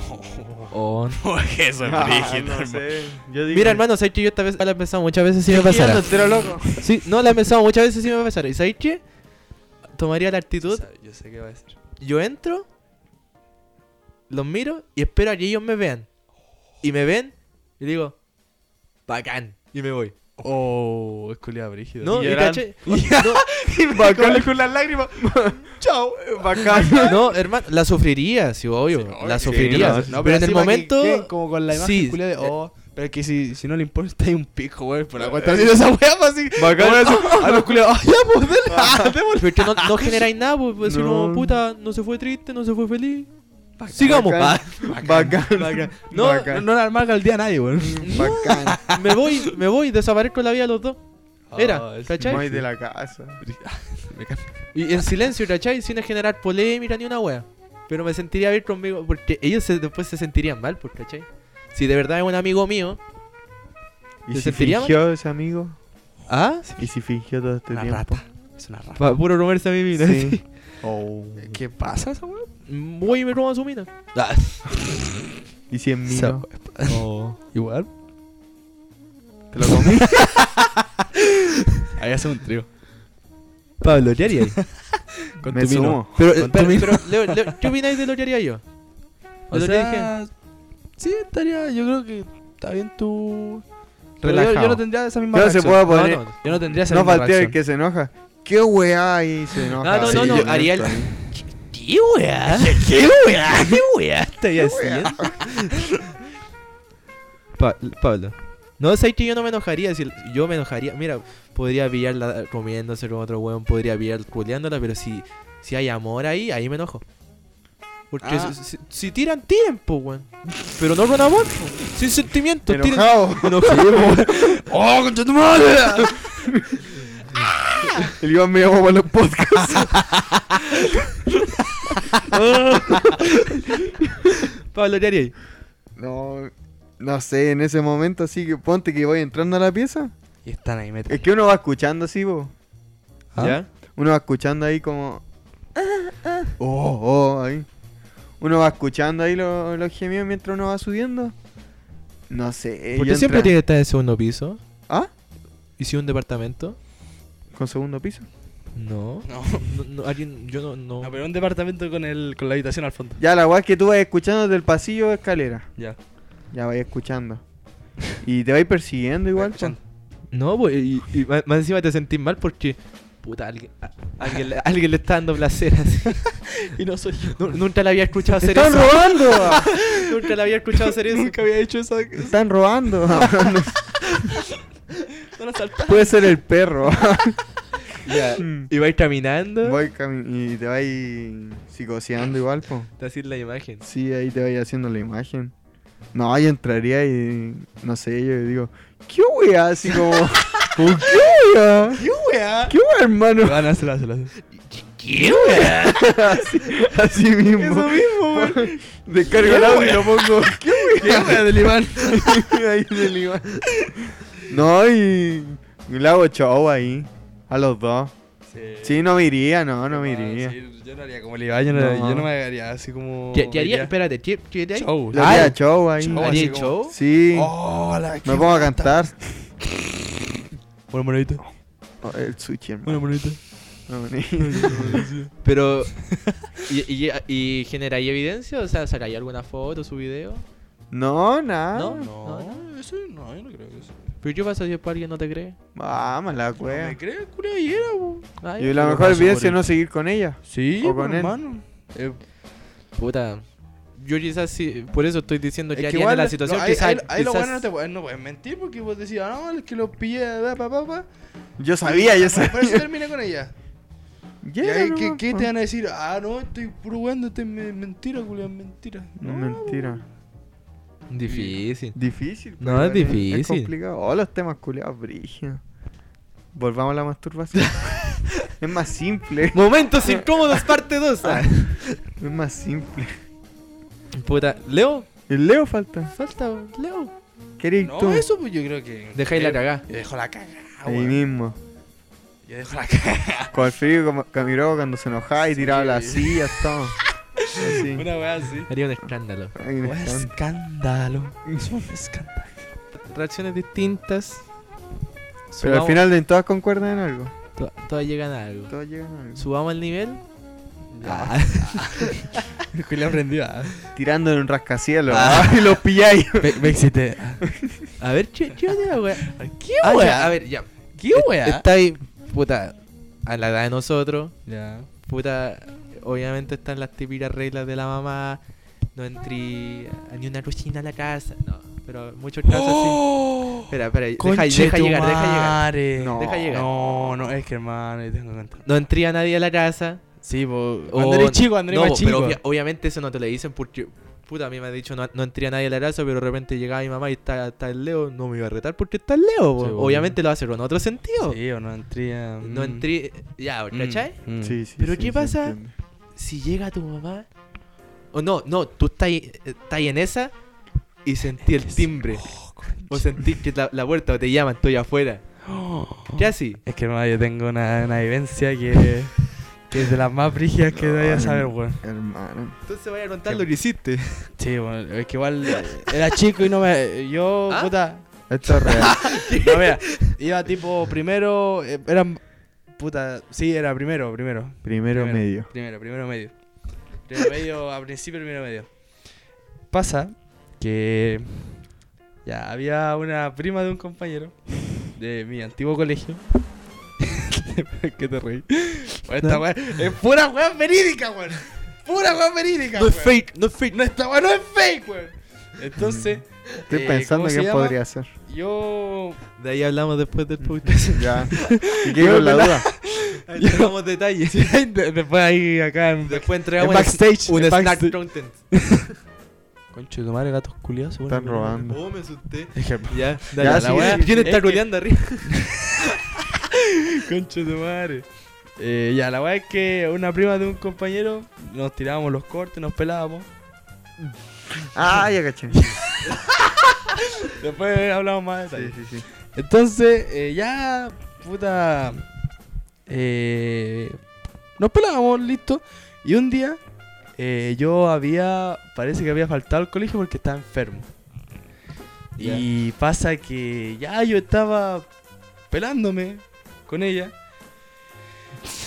A: Oh, no.
B: eso
C: Ah, no sé. Yo digo,
A: Mira, hermano, sabes que yo esta vez la he pensado muchas veces si me pasara.
C: entero loco.
A: Sí, no, la he pensado muchas veces si me pasara. ¿Y sabes qué? Tomaría la actitud
B: Yo sé qué va a decir.
A: yo entro, los miro y espero a que ellos me vean. Y me ven y digo, bacán. Y me voy.
B: Oh, es culiada brígida.
A: No,
C: Y
A: y
C: lloran.
A: caché- no,
C: Bacán con las lágrimas. Chao. Bacán.
A: no, hermano, la sufriría, sí, obvio. la
C: sí,
A: sufriría.
C: no,
A: pero,
B: Ah,
C: sí.
A: en el momento.
B: como con la imagen
A: sí,
B: culiá de.
A: eh,
B: Oh, pero es que si, si no le importa, hay un pico, güey. Por la cuenta haciendo esa weá, pues así.
C: Bacán.
B: A los culiados. ¡Ah, ya, pues, dale!
A: Pero es que no, no generáis nada, pues, pues, si
C: No.
A: uno, puta, no se fue triste, no se fue feliz. Sigamos.
C: Bacán. Bacán.
A: Bacán.
B: No,
C: Bacán. Mm,
B: no, no le armarga el día a nadie, güey.
C: Bacán.
A: Ah, me voy, me voy, desaparezco de la vida de los dos.
B: Ah,
A: Era,
B: es
A: ¿cachai?
C: Voy de la casa.
B: Me cago.
A: Y en silencio, ¿cachai? Sin generar polémica ni una wea. Pero me sentiría bien conmigo, porque ellos se- después se sentirían mal, pues, ¿cachai? Si de verdad es un amigo mío.
C: ¿Y
A: ¿Te
C: si
A: sentirías mal?
C: fingió ese amigo?
A: ¿Ah?
C: ¿Y si fingió todo este
B: Una
C: tiempo?
B: rata. Es una rata.
A: Para puro comerse a mi mina.
C: Sí. Oh.
B: ¿Qué pasa esa weá?
A: Voy y me robo a su mina.
C: ¿Y si es mío?
B: So- Igual.
C: ¿Te lo comí?
B: Ahí hace un trío.
A: Pablo, ¿qué haría?
B: Con
C: Me sumo.
A: Pero,
B: Con tu eh,
A: pero,
B: mina.
A: pero, Leo, Leo, ¿qué opináis de lo que haría yo? De
B: O
A: lo que
B: sea, sí, estaría. Yo creo que está bien tu. Pero Yo,
C: Relajado.
B: yo no tendría esa misma
C: Yo se
B: reacción.
C: puedo
A: dije.
C: poner.
A: No, no.
B: Yo no tendría esa
C: No
B: misma
C: falté el
B: reacción.
C: que se enoja. ¿Qué weá ahí se enoja?
A: No, no, no, no, Ariel.
B: ¿Qué weá? ¿Qué weá? ¿Qué weá? Estaría así.
A: Pa- Pablo, No, sé que yo no me enojaría. Si yo me enojaría. Mira, podría pillarla comiéndose con otro weón, podría pillar culeándola, pero si, si hay amor ahí, ahí me enojo. Porque
B: Ah.
A: si, si- si tiran, tiren, po, weón. Pero no con amor, po. sin sentimientos. Tiren.
C: Enojado.
A: Enojado, weón.
C: ¡Oh, concha tu madre! El Iván me llamó para los podcasts.
A: Pablo, ¿qué haría ahí?
C: No, no sé, en ese momento así que ponte que voy entrando a la pieza.
B: Y están ahí metidos.
C: Es que uno va escuchando así, vos.
A: ¿Ah? ¿Ya?
C: Uno va escuchando ahí como. Oh, oh, ahí. Uno va escuchando ahí lo- los gemidos mientras uno va subiendo. No sé.
A: ¿Por
C: yo
A: qué siempre
C: entra-
A: tiene que estar en segundo piso?
C: ¿Ah?
A: ¿Y si un departamento?
C: ¿Con segundo piso?
A: No.
B: No.
A: No, no, alguien, yo no, no.
E: No, pero un departamento con, el, con la habitación al fondo.
C: Ya, la weá es que tú vas escuchando del pasillo o escalera.
E: Ya.
C: Ya vais escuchando. Y te vais persiguiendo igual. po.
A: No, pues, y, y más, más encima te sentís mal porque. Puta, alguien, a- alguien, le- alguien le está dando placer así.
E: Y no soy yo.
A: Nu- Nunca la había escuchado hacer
C: ¡Están
A: eso.
C: robando! ah.
A: Nunca la había escuchado hacer eso.
E: Nunca había hecho eso.
C: ¡Están robando! ah.
E: Van a saltar.
C: Puede ser el perro.
A: Y vais caminando.
C: Voy cami- y te vais psicoseando igual, po.
A: Te haces la imagen.
C: Sí, ahí te vais haciendo la imagen. No, yo entraría y no sé, yo digo, ¿qué wea? Así como, como, ¿qué wea?
E: ¿Qué Ah, weá?
C: ¿Qué wea, hermano?
E: Van a hacerlo, hacerlo.
C: así, así mismo.
E: Eso mismo, weón.
C: Descargo el audio y lo pongo. ¿Qué
E: ¿Qué weá del Iván?
C: wea? ahí del Iván. No, y y le hago show ahí. A los dos. Sí, no me iría, no, no me iría.
E: Sí, yo no haría como el Iván. Yo no,
C: No.
E: yo no me haría así como.
A: ¿Qué, qué haría?
E: diría,
A: Espérate, ¿qué, qué haría? ahí?
E: Show.
C: Le haría show ahí.
E: show.
A: ¿Haría
E: así
A: el
E: como-
A: show?
C: Sí,
E: Oh, la
C: me pongo a cantar.
E: Bueno, monedita.
C: Oh, el sushi, hermano.
E: Bueno, monedita.
C: No, ni-
A: Pero. ¿Y, y, y generaría evidencia? O sea, ¿sacaría alguna foto, su video?
C: No, nada.
A: No,
E: Ah, No, eso no, yo no creo que eso.
A: ¿Pero qué pasa si después alguien no te cree?
C: Vamos, la
E: No
C: wea.
E: me crees, curia y era, bo.
A: Ay,
C: Y la
A: pero
C: mejor
A: paso
C: evidencia
A: por
C: es no seguir con ella.
E: Sí,
C: O
E: bo,
C: con él.
E: hermano. Eh,
A: Puta. Yo quizás sí, por eso estoy diciendo que,
E: es
A: haría en la
E: lo-
A: situación.
E: lo- ahí-
A: quizás,
E: ahí- Ahí los
A: quizás-
E: buenos no te pueden- no pueden mentir porque vos decís, ah, no, el que lo pillé, pa, pa, pa, pa.
C: Yo sabía, yo
E: Por- Por eso
C: sabía.
E: terminé con ella.
C: Ya,
E: ¿Y ahí
C: no,
E: qué, qué
C: po.
E: te van a decir? Ah, no, estoy probando, estoy me- mentira, culián, mentira.
C: No, mentira.
A: Difícil.
C: Difícil.
A: No,
C: pero
A: es
C: igual
A: difícil.
C: Es complicado. Oh, los temas culiados, brígidos. Volvamos a la masturbación. es más simple.
A: Momentos incómodos, parte 2.
C: Es más simple.
A: Puta, Leo,
C: El Leo falta.
A: falta, Leo.
C: ¿Qué eres
E: No,
C: tú?
E: eso pues yo creo que.
A: Dejáis la cagá.
E: Yo dejo la cagada,
C: Ahí
E: weón.
C: mismo.
E: Ah, Yo dejo la cagada.
C: Con el frío como Camiroa cuando se enojaba y tiraba las sillas, todo. Así.
E: Una weá así.
A: Haría un escándalo.
C: Ahí en el
B: pues,
E: Un
C: stand.
E: escándalo. Es un escándalo.
A: Reacciones distintas.
C: Pero al
A: Subamos-
C: final de todas concuerdan en algo.
A: to- todas llegan a algo.
C: Todas llegan a algo.
A: Subamos el nivel.
E: Culián aprendió. ah.
C: tirando en un rascacielos ah, y los pilláis.
E: Me, me excité.
A: A ver, ¿qué, qué onda, wea?
E: ¿Qué
A: Ah, ya,
E: weá?
A: a ver, ya.
E: ¿Qué weá?
A: Está ahí, puta, a la edad de nosotros.
E: Ya.
A: Puta, obviamente están las típicas reglas de la mamá. No entri a ni una cocina a la casa. No, pero muchos casos así. Espera, espera, deja, deja llegar, deja llegar.
E: No,
A: Deja llegar.
E: No, no, es que hermano, yo tengo que contar.
A: No entri a nadie a la casa.
E: Sí, pues.
A: O-
E: Cuando eres chico, cuando eres
A: no,
E: más
A: pero
E: chico.
A: obvia- obviamente eso no te lo dicen porque. Puta, a mí me ha dicho no, no entré a nadie a la casa, pero de repente llegaba mi mamá y está, está el Leo, no me iba a retar porque está el Leo. po.
E: Sí, bueno.
A: obviamente lo hace con otro sentido.
E: Sí, o no entría. mm.
A: No entré. Ya, ¿cachai?
C: sí.
A: ¿Pero qué pasa? Si llega tu mamá. O no, no, tú estás ahí- estás ahí en esa y sentí el timbre. O sentí que la, la puerta o te llaman, estoy afuera.
E: Oh.
A: ¿Qué así?
E: Es que hermano, yo tengo una, una vivencia que, que es de las más brígidas que vaya a saber, weón.
C: Hermano.
A: Entonces vaya a contar lo que hiciste.
E: Sí, bueno, es que igual eh, era chico y no me. Yo,
A: ¿Ah?
E: puta.
C: Esto es real.
E: No, mira, iba tipo primero. eh, eran. Puta, sí, era primero, primero.
C: Primero medio.
E: Primero, primero medio. Primero medio, a principio, primero medio. Pasa que. Ya, había una prima de un compañero de mi antiguo colegio. ¿Qué te reí? Bueno, esta weá es pura weá verídica, weón. Pura weá verídica,
A: No es
E: weón.
A: fake, no es fake.
E: No, esta weá no es fake, weón. Entonces,
C: Estoy
E: eh,
C: pensando
E: ¿cómo se
C: quién
E: llama?
C: podría ser.
E: Yo.
A: De ahí hablamos después del podcast.
C: Ya. Si quieres con la duda.
A: Ahí damos detalles.
E: Después ahí acá en.
A: Después entregamos
E: En backstage,
A: un
E: en
A: snack
E: backstage.
A: content.
E: Concho de tu madre, gatos culiados. se
C: Están
E: ponen-
C: robando.
A: Oh, me asusté.
E: Dije,
A: Ya,
C: Ya,
A: dale.
C: sí,
A: la wea.
C: sí.
A: ¿Quién
E: Es
A: está
E: que-
A: rodeando arriba?
E: Concho de tu madre. Eh, ya, la weá es que una prima de un compañero nos tirábamos los cortes, nos pelábamos.
C: Ah, ya caché.
E: Después hablamos más de detalles.
C: Sí, sí, sí.
E: Entonces, eh, ya, puta. eh, nos pelábamos, listo. Y un día, eh, yo había. Parece que había faltado al colegio porque estaba enfermo. Y pasa que ya yo estaba pelándome con ella.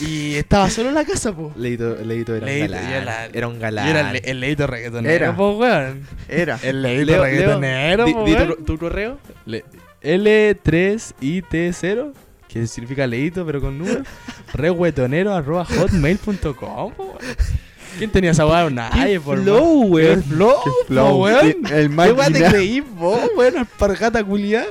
E: Y estaba solo en la casa, po.
A: Leito, Leito era
E: Leito,
A: un galán.
E: ya la-
A: Era un galán.
E: Y era el, el leído reggaetonero.
C: Era.
E: po, weón.
C: Era.
E: El leído
A: Leo, Leo, ¿eh?
E: reggaetonero,
A: Di-
E: po,
A: di tu-
E: weón.
A: tu correo?
E: Le- L3IT0, que significa leíto pero con número, rehuetonero arroba hotmail.com. po, weón. ¿Quién tenía esa weá? Nadie, por
A: flow,
E: más.
A: weón.
E: Qué Flow,
C: Qué
E: po,
C: flow.
E: weón.
C: Sí, El
E: ¿Qué weá te
C: máquina.
E: creí vos, weón? Espargata culiada.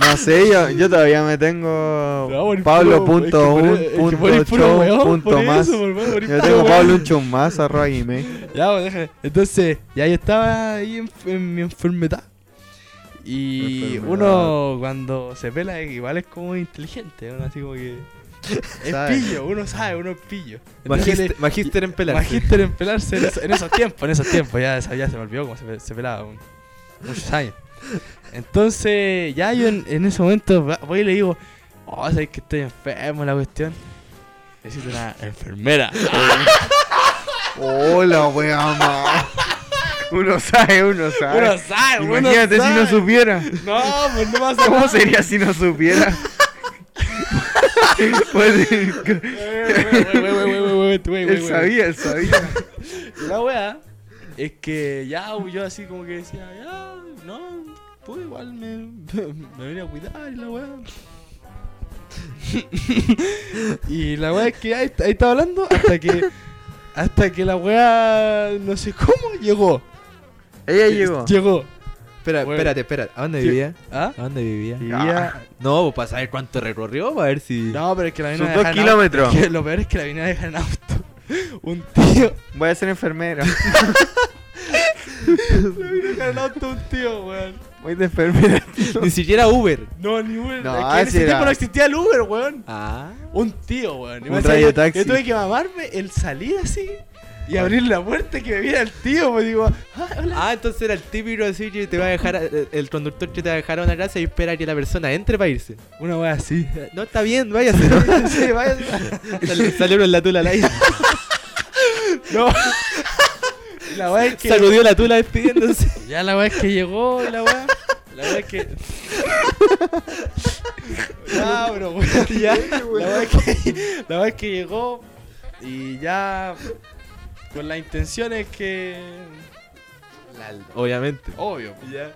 C: No sé, yo, yo todavía me tengo
E: No, por
C: Pablo
E: puro- es que por- e- es que por el puro weón, por
C: más.
E: eso, por favor, por el
C: Yo
E: puro
C: tengo
E: weón.
C: Pablo un chon más, arroba gmail.
E: Ya, pues, deja. Entonces, ya yo estaba ahí en, en mi enfermedad. Y
C: Enfermedad.
E: uno cuando se pela eh, igual es como inteligente, uno así como que... Es
C: Sabe.
E: pillo, uno sabe, uno es pillo. Entonces,
A: Magíster, magíster en pelar.
E: Magíster en pelarse en, eso- en esos tiempos, en esos tiempos, ya, esa- ya se me olvidó cómo se, pe- se pelaba. un- muchos años. Entonces, ya yo en, en ese momento va- voy y le digo, oh, sabes que estoy enfermo la cuestión. Necesito una enfermera.
C: Hola, weón. Uno sabe, uno sabe.
E: Uno sabe, uno
C: Imagínate si no
E: sabe.
C: supiera.
E: No, pues no pasa
C: ¿Cómo
E: nada.
C: sería si no supiera? Pues, él sabía, él sabía.
E: La wea es que ya yo así como que decía, ya, no, tú igual me, me venía a cuidar y la wea. y la wea es que ahí, ahí estaba hablando hasta que hasta que la wea no sé cómo llegó.
C: Ella llegó.
E: Llegó.
A: Espera,
E: Weón.
A: espérate, espérate. ¿A dónde
E: Sí.
A: vivía?
E: ¿Ah?
A: ¿A dónde vivía?
E: Vivía-
A: No, pues para saber cuánto recorrió, para ver si.
E: No, pero es que la vine
C: Sus
E: a
C: dos
E: dejar en auto.
C: kilómetros.
E: Es que Lo peor es que la vine a dejar en auto. Un tío.
C: Voy a ser enfermera.
E: La vine a dejar en auto un tío, weón.
C: Voy de enfermera.
A: Ni siquiera Uber.
E: No, ni Uber.
C: No,
E: es que en
C: así
E: ese
C: era.
E: tiempo no existía el Uber, weón.
A: Ah.
E: Un tío, weón. Y
C: Un
E: me decía,
C: radio
E: yo-
C: taxi.
E: Yo tuve que mamarme el salir así y abrir la puerta y que me viera el tío. Pues digo, ah, hola.
A: Ah, entonces era el típico así que te va a dejar, a- el conductor que te va a dejar a una casa y espera que la persona entre para irse.
E: Una wea así.
A: No, está bien, váyase.
E: sí, vaya.
A: Sal- Salieron la tula al aire.
E: No. Y La wea es que.
A: Saludió la tula despidiéndose.
E: Ya la wea es que llegó y la wea. La wea es que. Ya, bro, weón.
A: ya.
E: La verdad es que, la verdad es que llegó y ya con las intenciones que...
A: Obviamente.
E: Obvio. pues.
A: Ya.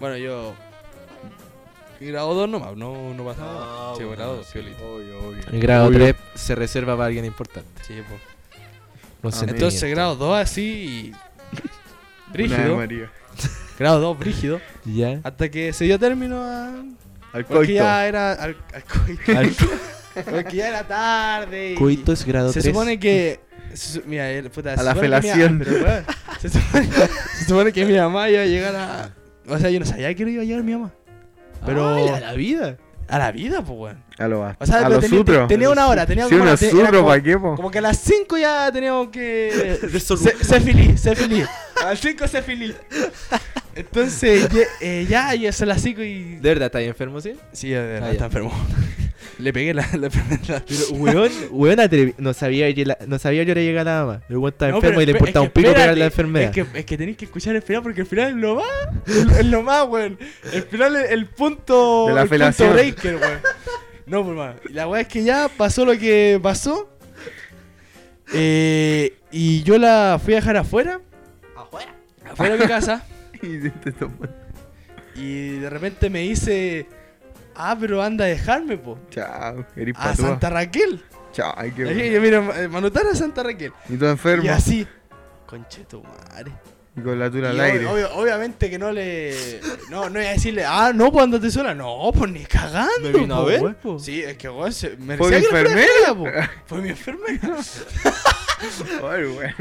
E: Bueno, yo... Grado 2 nomás, no, no pasa nada. Ah, Sí, grado 2, piolito.
A: El grado 3 se reserva para alguien importante.
E: Sí, po.
A: Con
E: Ah, Entonces
A: sentimiento.
E: grado 2 así... y-
C: Una de
E: Brígido.
C: María.
E: Grado 2, brígido.
A: Ya.
E: Hasta que se dio término a...
C: Al
E: Porque
C: coito.
E: ya era... Al, al coito. Porque ya era tarde y...
A: Coito es grado
E: Se
A: 3.
E: supone que. se su- Mira, eh, puta, se
C: la
E: supone que mi-
C: felación.
E: pero, weón, se, supone, se supone que mi mamá iba a llegar a. O sea, yo no sabía que iba a llegar mi mamá. Pero.
A: Ay, a la vida.
E: A la vida, pues, weón.
C: A lo,
E: O sea,
C: Ah, a
E: pero
C: lo
E: tenía,
C: sutro.
E: tenía una hora, tenía
C: Si
E: como,
C: uno
E: una-
C: es
E: te- era
C: sutro,
E: como,
C: ¿para qué, po?
E: como que a las 5 ya teníamos que.
A: Desor-
E: Sé sé feliz, sé feliz. A las 5 sé feliz. Entonces, ye- eh, ya, ya son las 5 y.
A: ¿De verdad está ahí enfermo, sí?
E: Sí, de verdad,
A: Ah, ya.
E: está enfermo. Le pegué la, la enfermedad.
A: Pero, weón, weón atrevi- no sabía que la- no sabía que ahora llegaba la mamá. El weón estaba
E: No,
A: enfermo
E: pero
A: y le
E: espe-
A: importaba
E: es
A: un
E: que
A: pico pegar la
E: espérate,
A: enfermedad.
E: Es que, es que tenéis que escuchar el final porque el final es lo más. Es lo más, weón. El final es el punto.
C: De la
E: el punto
C: felación.
E: breaker, weón. No, pues, hermano. La weá es que ya pasó lo que pasó. Eh, y yo la fui a dejar afuera. ¿Afuera? Afuera de mi casa.
C: Y pues, te toman.
E: Y de repente me dice. Ah, pero anda a dejarme, po.
C: Chao, eres
E: A
C: patúa.
E: Ah, Santa Raquel.
C: Chao, ay, qué
E: Y
C: bueno.
E: yo, mira, Manutara a Santa Raquel.
C: Y tú enfermo.
E: Y así, conche tu madre.
C: Y con la tula al
E: Y ob-
C: aire.
E: obvio- obviamente que no le. No, no iba a decirle, ah, no, pues andate sola. No, pues ni cagando.
A: Me vino a
E: po,
A: ver,
E: weón.
A: po.
E: Sí, es que weón se merecía
C: Fue mi
E: que la fuera
C: enfermera,
E: a dejar, po. Fue mi enfermera.
C: Ay, weón.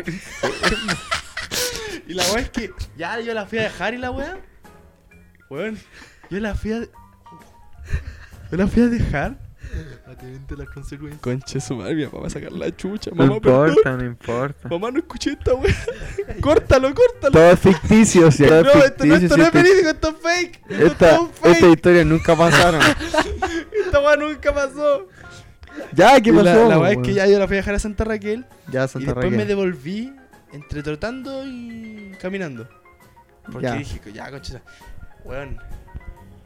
E: Y la weá es que ya yo la fui a dejar y la weá. Weón, yo la fui a. Yo la fui a dejar. Atente a las consecuencias. Conche de su madre, mi papá va a sacar la chucha.
C: No
E: Mamá, perdón.
C: importa, no importa.
E: Mamá, no escuché esta weá. Córtalo, córtalo.
C: Todo es ficticio, si
E: No, esto no, esto no es verídico, esto es fake. Esto es
C: Esta,
E: todo fake.
C: esta historia nunca pasaron.
E: Esta weá nunca pasó.
C: ya, ¿qué
E: Y la-
C: pasó?
E: La, weá es
C: weón?
E: que ya yo la fui a dejar a Santa Raquel.
C: Ya,
E: y
C: Santa
E: después me
C: Raquel.
E: devolví entre trotando y caminando. Porque
C: Ya.
E: dije, co- ya, conchita. Weón.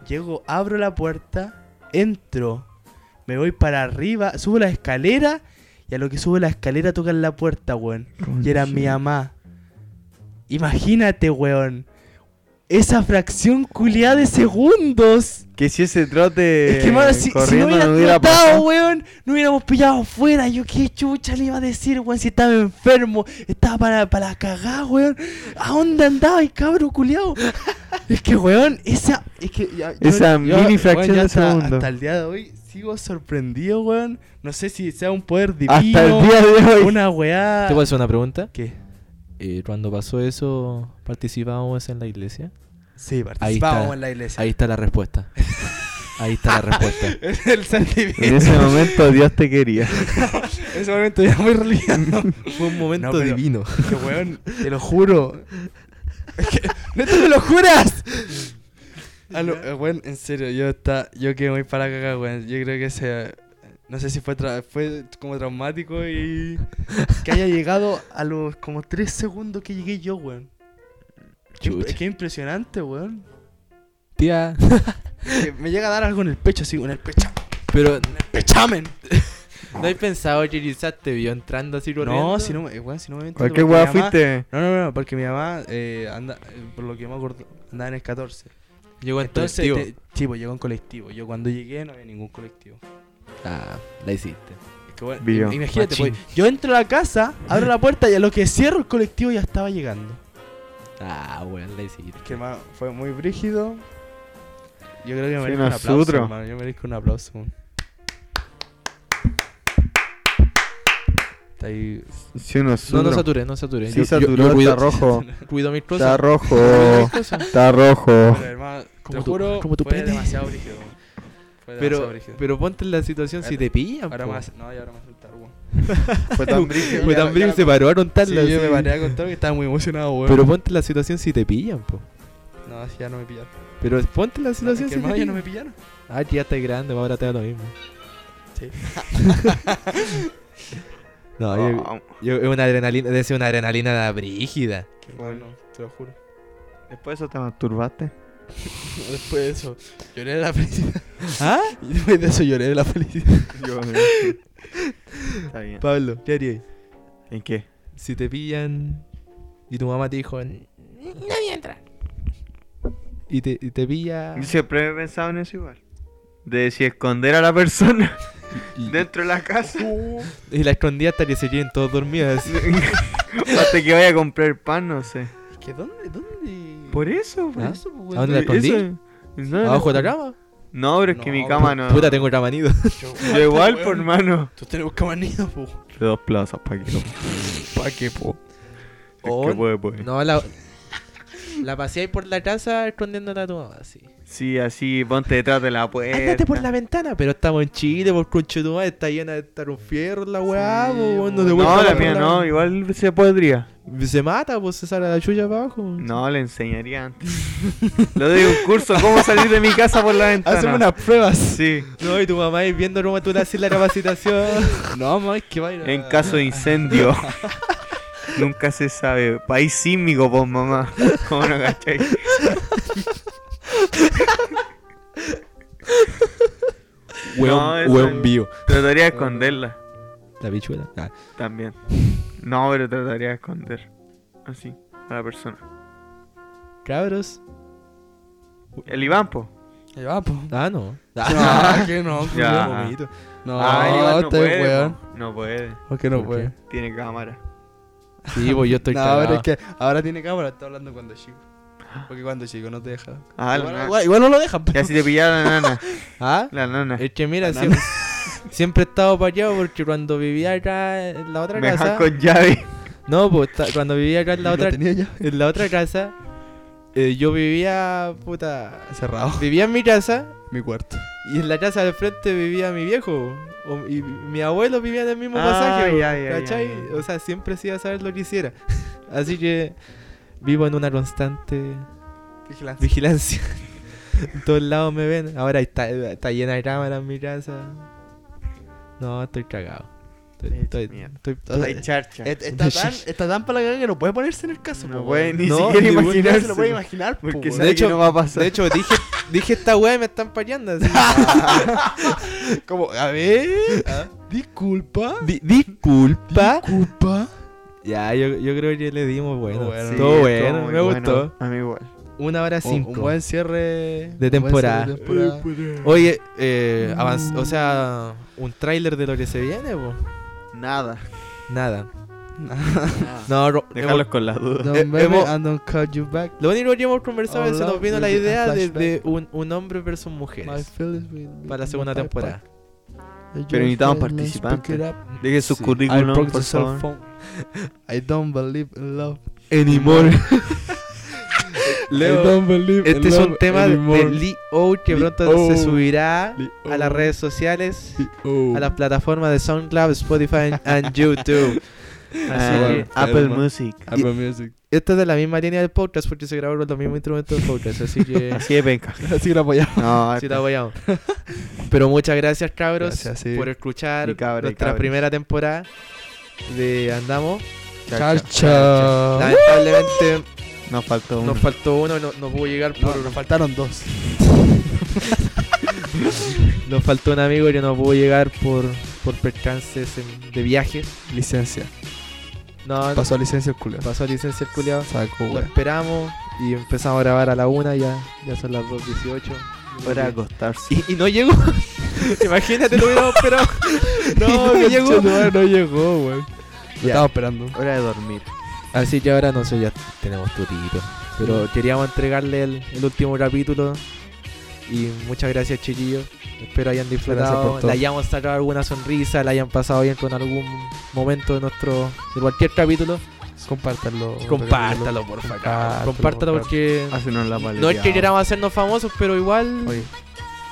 E: Llego, abro la puerta, entro, me voy para arriba, subo la escalera y a lo que subo la escalera tocan la puerta, weón. Y era mi mamá. Imagínate, weón. Esa fracción culiada de segundos.
C: Que si ese trote
E: Es que, mano, si, si no
C: corriendo
E: hubiera
C: no hubiera
E: tratado,
C: pasado.
E: weón, no hubiéramos pillado afuera. Yo qué chucha le iba a decir, weón, si estaba enfermo. Estaba para, para la cagada, weón. ¿A dónde andaba, cabro culiao? es que, weón, esa... Es que ya- yo-
C: Esa
E: yo-
C: mini fracción
E: weón, yo
C: de
E: hasta,
C: segundo.
E: Hasta el día de hoy sigo sorprendido, weón. No sé si sea un poder divino.
C: Hasta el día de hoy.
E: Una weá...
A: Te voy a hacer una pregunta.
E: ¿Qué?
A: Eh, cuando pasó eso, ¿participábamos en la iglesia?
E: Sí,
A: Ahí
E: participábamos
A: está.
E: en la iglesia.
A: Ahí está la respuesta. Ahí está la respuesta.
E: Es el sentimiento.
C: En ese momento Dios te quería.
E: En ese momento ya muy religioso.
A: Fue un momento
E: No, pero-
A: divino.
E: Que weón, te lo juro. Es que, ¡Neta, me lo juras! A lo- eh, weón, en serio, yo está, yo quedé muy para cagar, weón. Yo creo que se. No sé si fue, tra- fue como traumático y. Que haya llegado a los como 3 segundos que llegué yo, weón. Qué, imp-
A: Chucha.
E: qué impresionante, weón.
A: Tía.
E: Que me llega a dar algo en el pecho, así, en el pecho.
A: Pero,
E: ¡Pechamen!
A: ¿no has pensado que quizás te vio entrando así corriendo?
E: No, si no, me- eh, weón, si no me entiendo.
C: ¿Por qué weá
E: mi mamá-
C: fuiste?
E: No, no, no, porque mi mamá, eh, anda, eh, por lo que me acuerdo, andaba en el 14.
A: Llegó entonces,
E: Entonces, te- sí, pues llegó en colectivo. Yo cuando llegué no había ningún colectivo.
A: Ah, la hiciste.
E: Es que, bueno,
C: Vio.
E: im- imagínate,
A: Machín.
E: pues, yo entro a la casa, abro la puerta y a lo que cierro el colectivo ya estaba llegando.
A: Ah, weón, la hiciste.
E: Es que hermano, fue muy brígido. Yo creo que me
C: Sí,
E: merezco un
C: no,
E: aplauso,
C: sutro.
E: hermano. Yo merezco un aplauso. Está ahí.
C: Si uno
A: No, eh, no
C: sudro.
A: saturé, no saturé.
C: Sí, saturó, está rojo.
A: cuido mis
C: Está
A: cosas.
C: rojo.
A: Cuido mis cosas.
C: Está rojo.
E: Pero hermano, te
A: Como tu-
E: juro,
A: como tu
E: fue
A: pene.
E: demasiado brígido. Fue demasiado
A: Pero,
E: brígido.
A: pero ponte en la situación si
E: Ahora-
A: te pillan.
E: ahora
A: po.
E: más, no, y ahora más el tarbo.
C: Fue tan brillo.
A: Fue
E: Ya,
A: tan brillo
E: ya,
A: se paró a contarla.
E: Sí, yo
A: así.
E: me paré a contar que estaba muy emocionado, weón.
A: Pero ponte en la situación si te pillan, po.
E: No, así ya no me pillaron.
A: Pero ponte en la
E: No, es
A: situación
E: que,
A: si te
E: hermano, ya no
A: pillan.
E: me pillaron.
A: Ah, ya está grande, ahora te da lo mismo.
E: Sí.
A: no,
E: Ah,
A: yo,
C: eh,
A: yo- es una adrenalina, debe ser una adrenalina brígida.
E: Qué bueno, te lo juro.
C: Después de eso te masturbaste.
E: Después de eso, lloré de la felicidad.
A: ¿Ah?
E: Después de eso, lloré de la felicidad.
C: Está bien.
A: Pablo, ¿qué harías?
C: eh, ¿En qué?
A: Si te pillan y tu mamá te dijo, nadie entra. Y te, y te pilla.
C: Yo siempre he pensado en eso igual. De si esconder a la persona
A: Y,
C: dentro de la casa.
A: y la escondida hasta que se lleguen todos dormidos. así.
C: Hasta que vaya a comprar pan, no sé.
E: ¿Qué dónde? ¿Dónde?
C: Por eso,
A: ¿Ah?
E: eso, pues,
A: ¿A dónde la
C: Eso-
A: escondí?
C: No, no.
A: ¿Abajo de la cama?
C: No, pero es que
E: No,
C: mi cama no.
A: Puta, tengo el ramanido.
E: Yo,
C: Yo igual, por mano.
E: Tú te lo buscabas nido, po.
C: De dos plazas, pa' que lo.
E: ¿Para qué, po?
A: Oh,
C: puede, puede.
A: No, la, la paseáis por la casa escondiéndola a tu mamá, sí.
C: Sí, así, ponte detrás de la puerta.
A: Ándate por la ventana, pero estamos en Chile, por conche tu madre, está llena de estar un fierro la weá, po, weón, no te vuelvas
C: No,
A: a
C: la
A: la
C: mía
A: palabra.
C: no, igual se podría.
A: Se mata, pues se sale la chulla para abajo.
C: No, le enseñaría antes. Lo doy un curso, cómo salir de mi casa por la ventana.
A: Hacemos unas pruebas.
C: Sí,
A: No, y tu mamá ir viendo cómo tú le haces la capacitación.
E: No, mamá, es que baila.
C: en caso de incendio. Nunca se sabe. País sísmico, vos, mamá. ¿Cómo no cacháis? No, eso-
A: vivo.
C: Trataría de esconderla
A: La bichuela. Ah.
C: también. No, pero trataría de esconder. Así, a la persona.
A: Cabros.
C: El Iván, po.
E: Ahí va, po.
A: Ah, no.
E: No, que no,
C: Ya.
E: culiao, momito. No,
C: Ah, el Iván no
E: este
C: puede.
E: weón.
C: po. No puede.
E: ¿Por qué no
A: ¿Por qué?
E: puede?
C: Tiene cámara.
A: Sí, pues yo estoy
E: No,
A: cagado.
E: pero es que ahora tiene cámara, está hablando cuando chico. Porque cuando chico no te deja.
C: Ah, la
E: Igual,
C: nana.
E: igual- igual no lo dejan. pues.
C: Ya si te pillaba la nana.
A: ¿Ah?
C: La nana.
A: Es que mira, siempre, siempre he estado payado porque cuando vivía acá en la otra
C: Me
A: casa.
C: dejas con llave.
A: No, pues ta- cuando vivía acá en la otra,
E: tenía ya
A: en la otra casa, eh, yo vivía, puta.
E: cerrado.
A: Vivía en mi casa
E: Mi cuarto.
A: y en la casa del frente vivía mi viejo. o- y mi abuelo vivía en el mismo
C: Ah,
A: pasaje.
C: ya,
A: bo,
C: ya, ya,
A: ¿cachai?
C: ya.
A: O sea, siempre se iba a saber lo que hiciera. Así que vivo en una constante
E: Vigilancia.
A: vigilancia. en todos lados me ven. Ahora está, está llena de cámaras mi casa. No, estoy cagado. Estoy,
C: Hecho
A: estoy-
C: mierda.
A: estoy-
C: charcha.
E: eh, Está tan, está tan para la cagada que no puede ponerse en el caso.
C: No
E: po,
C: puede
E: weón.
C: ni
A: No,
C: siquiera
A: ningún-
E: No se lo
C: imaginarse.
E: puede imaginar. po,
C: Porque
E: weón.
C: sabe
A: hecho-
C: que no va a pasar.
A: De hecho, dije, dije esta weá y me están pateando. así.
E: Como, a ver. Disculpa.
A: Di- disculpa.
E: Disculpa.
A: Ya, yo, yo creo que le dimos bueno.
E: Bueno,
C: Sí,
A: Todo
C: estuvo
A: bueno,
C: muy
A: me
C: bueno.
A: gustó.
C: A mí igual.
A: Una hora
E: Oh, Un,
A: cinco.
E: un buen cierre
A: De
E: un buen
A: temporada.
E: cierre de temporada.
A: Oye, eh, avanz-
E: Mm.
A: o sea, un tráiler de lo que se viene, po.
C: Nada.
A: Nada. No, ro- hemos-
F: con la duda.
E: Don't
A: Eh,
E: baby,
A: hemos-
E: and don't call you back.
A: lo único que hemos conversado es que se
E: Hola,
A: nos vino
E: will
A: la
E: be a
A: idea de,
E: flashback.
A: de un, un hombre versus
E: My
A: mujeres
E: feelings will be
A: para la segunda
E: back.
A: temporada.
E: Your
C: Pero necesitamos
E: friend must pick
C: participantes.
E: it up.
F: Deje su
A: Sí.
E: I
F: currículum,
E: broke the
F: por
E: cell
F: favor.
E: phone. I don't believe in love.
A: Anymore.
E: I
A: Leo,
E: don't believe in
A: este es un
E: love
A: tema de- de
E: anymore.
A: Lee O que
E: Lee
A: pronto
E: O.
A: se subirá
E: Lee
A: a las
E: O.
A: redes sociales,
E: Oh.
A: a las plataformas de SoundCloud, Spotify and YouTube.
C: Ah,
A: Así que
C: Apple
E: Calma.
C: Music.
E: Apple Music.
A: esta es de la misma línea del podcast porque se grabó con los mismos instrumentos del podcast, así que
C: Así de penca.
E: Así que la apoyamos.
C: No,
A: sí la apoyamos. Pero muchas gracias, cabros,
E: Gracias, sí.
A: por escuchar
C: Y cabra, y
A: nuestra
C: cabres.
A: primera temporada de Andamos.
C: charcha.
E: chao.
A: Lamentablemente
C: Nos faltó uno.
A: nos faltó uno, no, no pudo llegar
E: No,
A: por...
E: nos faltaron dos.
A: Nos faltó un amigo que no pudo llegar por, por percances en- de viajes.
E: Licencia.
A: No, no,
E: Pasó licencia el culo.
A: pasó licencia el culiao. Lo
E: Saco, weón.
A: esperamos y empezamos a grabar a la una, ya, ya son las 2.18.
C: Hora de acostarse.
A: Y, y no llegó. Imagínate, lo hubiéramos esperado. No, no llegó.
E: No llegó, weón. Lo
A: Ya.
E: Estaba esperando.
C: Hora de dormir.
A: Así que ahora no sé, ya tenemos tutito.
E: Mm.
A: Pero queríamos entregarle el, el último capítulo. Y muchas gracias, chiquillos. Espero hayan
E: Gracias
A: disfrutado,
E: por todo.
A: le hayamos sacado alguna sonrisa, le hayan pasado bien con algún momento de nuestro. de cualquier capítulo.
E: Compártanlo.
A: Compártalo, por favor.
E: Compártalo,
A: Compártalo porque.
C: Hacenos la paleta.
A: No es que queramos hacernos famosos, pero igual.
E: Oye,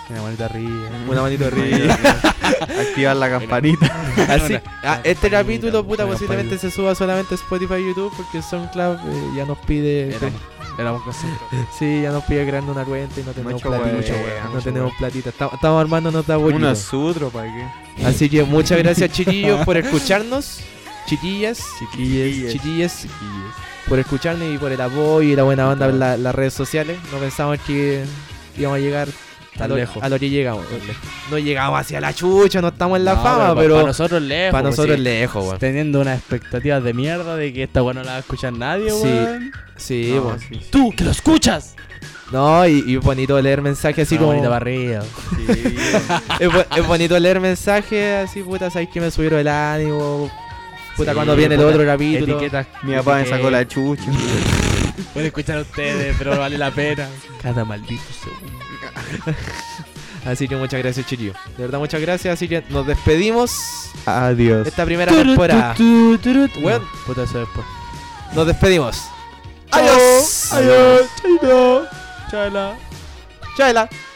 E: una manita arriba.
A: Una manito arriba.
C: Activar la campanita.
A: Así,
E: Una-
A: ah, este
E: campanita,
A: capítulo, puta,
E: una
A: posiblemente se suba solamente a Spotify y YouTube porque SoundCloud eh, ya nos pide.
E: Éramos, éramos concentrados.
A: Sí, ya nos pide creando una cuenta y no tenemos
C: Mucho
A: platita.
C: huevo,
A: mucho huevo, no
C: mucho
A: tenemos
C: huevo.
A: platita. Estamos, estamos armándonos de abuelito.
C: Una sutro, ¿para qué?
A: Así que muchas gracias, chiquillos, por escucharnos. Chiquillas,
C: Chiquillas.
A: chiquillas, por escucharnos y por el apoyo y la buena onda en la- las redes sociales. No pensamos que íbamos a llegar a
E: Tan
A: lo,
E: lejos.
A: a lo que llegamos. No llegamos hacia la chucha, no estamos en la fama,
E: pa-
A: pero
E: Para nosotros lejos.
A: para
E: pues,
A: nosotros
E: sí.
A: lejos, weón.
E: Teniendo unas expectativas de mierda de que esta weá no la va a escuchar nadie,
A: Sí.
E: weón.
A: Sí,
C: No,
A: weón.
C: sí, sí.
E: ¡Tú, que lo escuchas!
A: No, y, y bonito leer mensajes así
E: Una
A: como.
E: manita para arriba.
C: Sí,
A: Es, bu- es bonito leer mensajes así, puta, sabes que me subieron el ánimo. Puta,
E: Sí,
A: cuando viene el
E: puta,
A: otro capítulo.
E: Etiquetas.
C: Mi papá me sacó la chucha.
E: Pueden escuchar a ustedes, pero vale la pena. Cada maldito segundo.
A: Así que muchas gracias, Chirio. De verdad, muchas gracias. Así que nos despedimos
C: Adiós.
A: esta primera temporada. Weón,
E: Puta, eso después.
A: nos despedimos. Adiós.
E: Adiós. Chaito. Chala.
A: Chaela.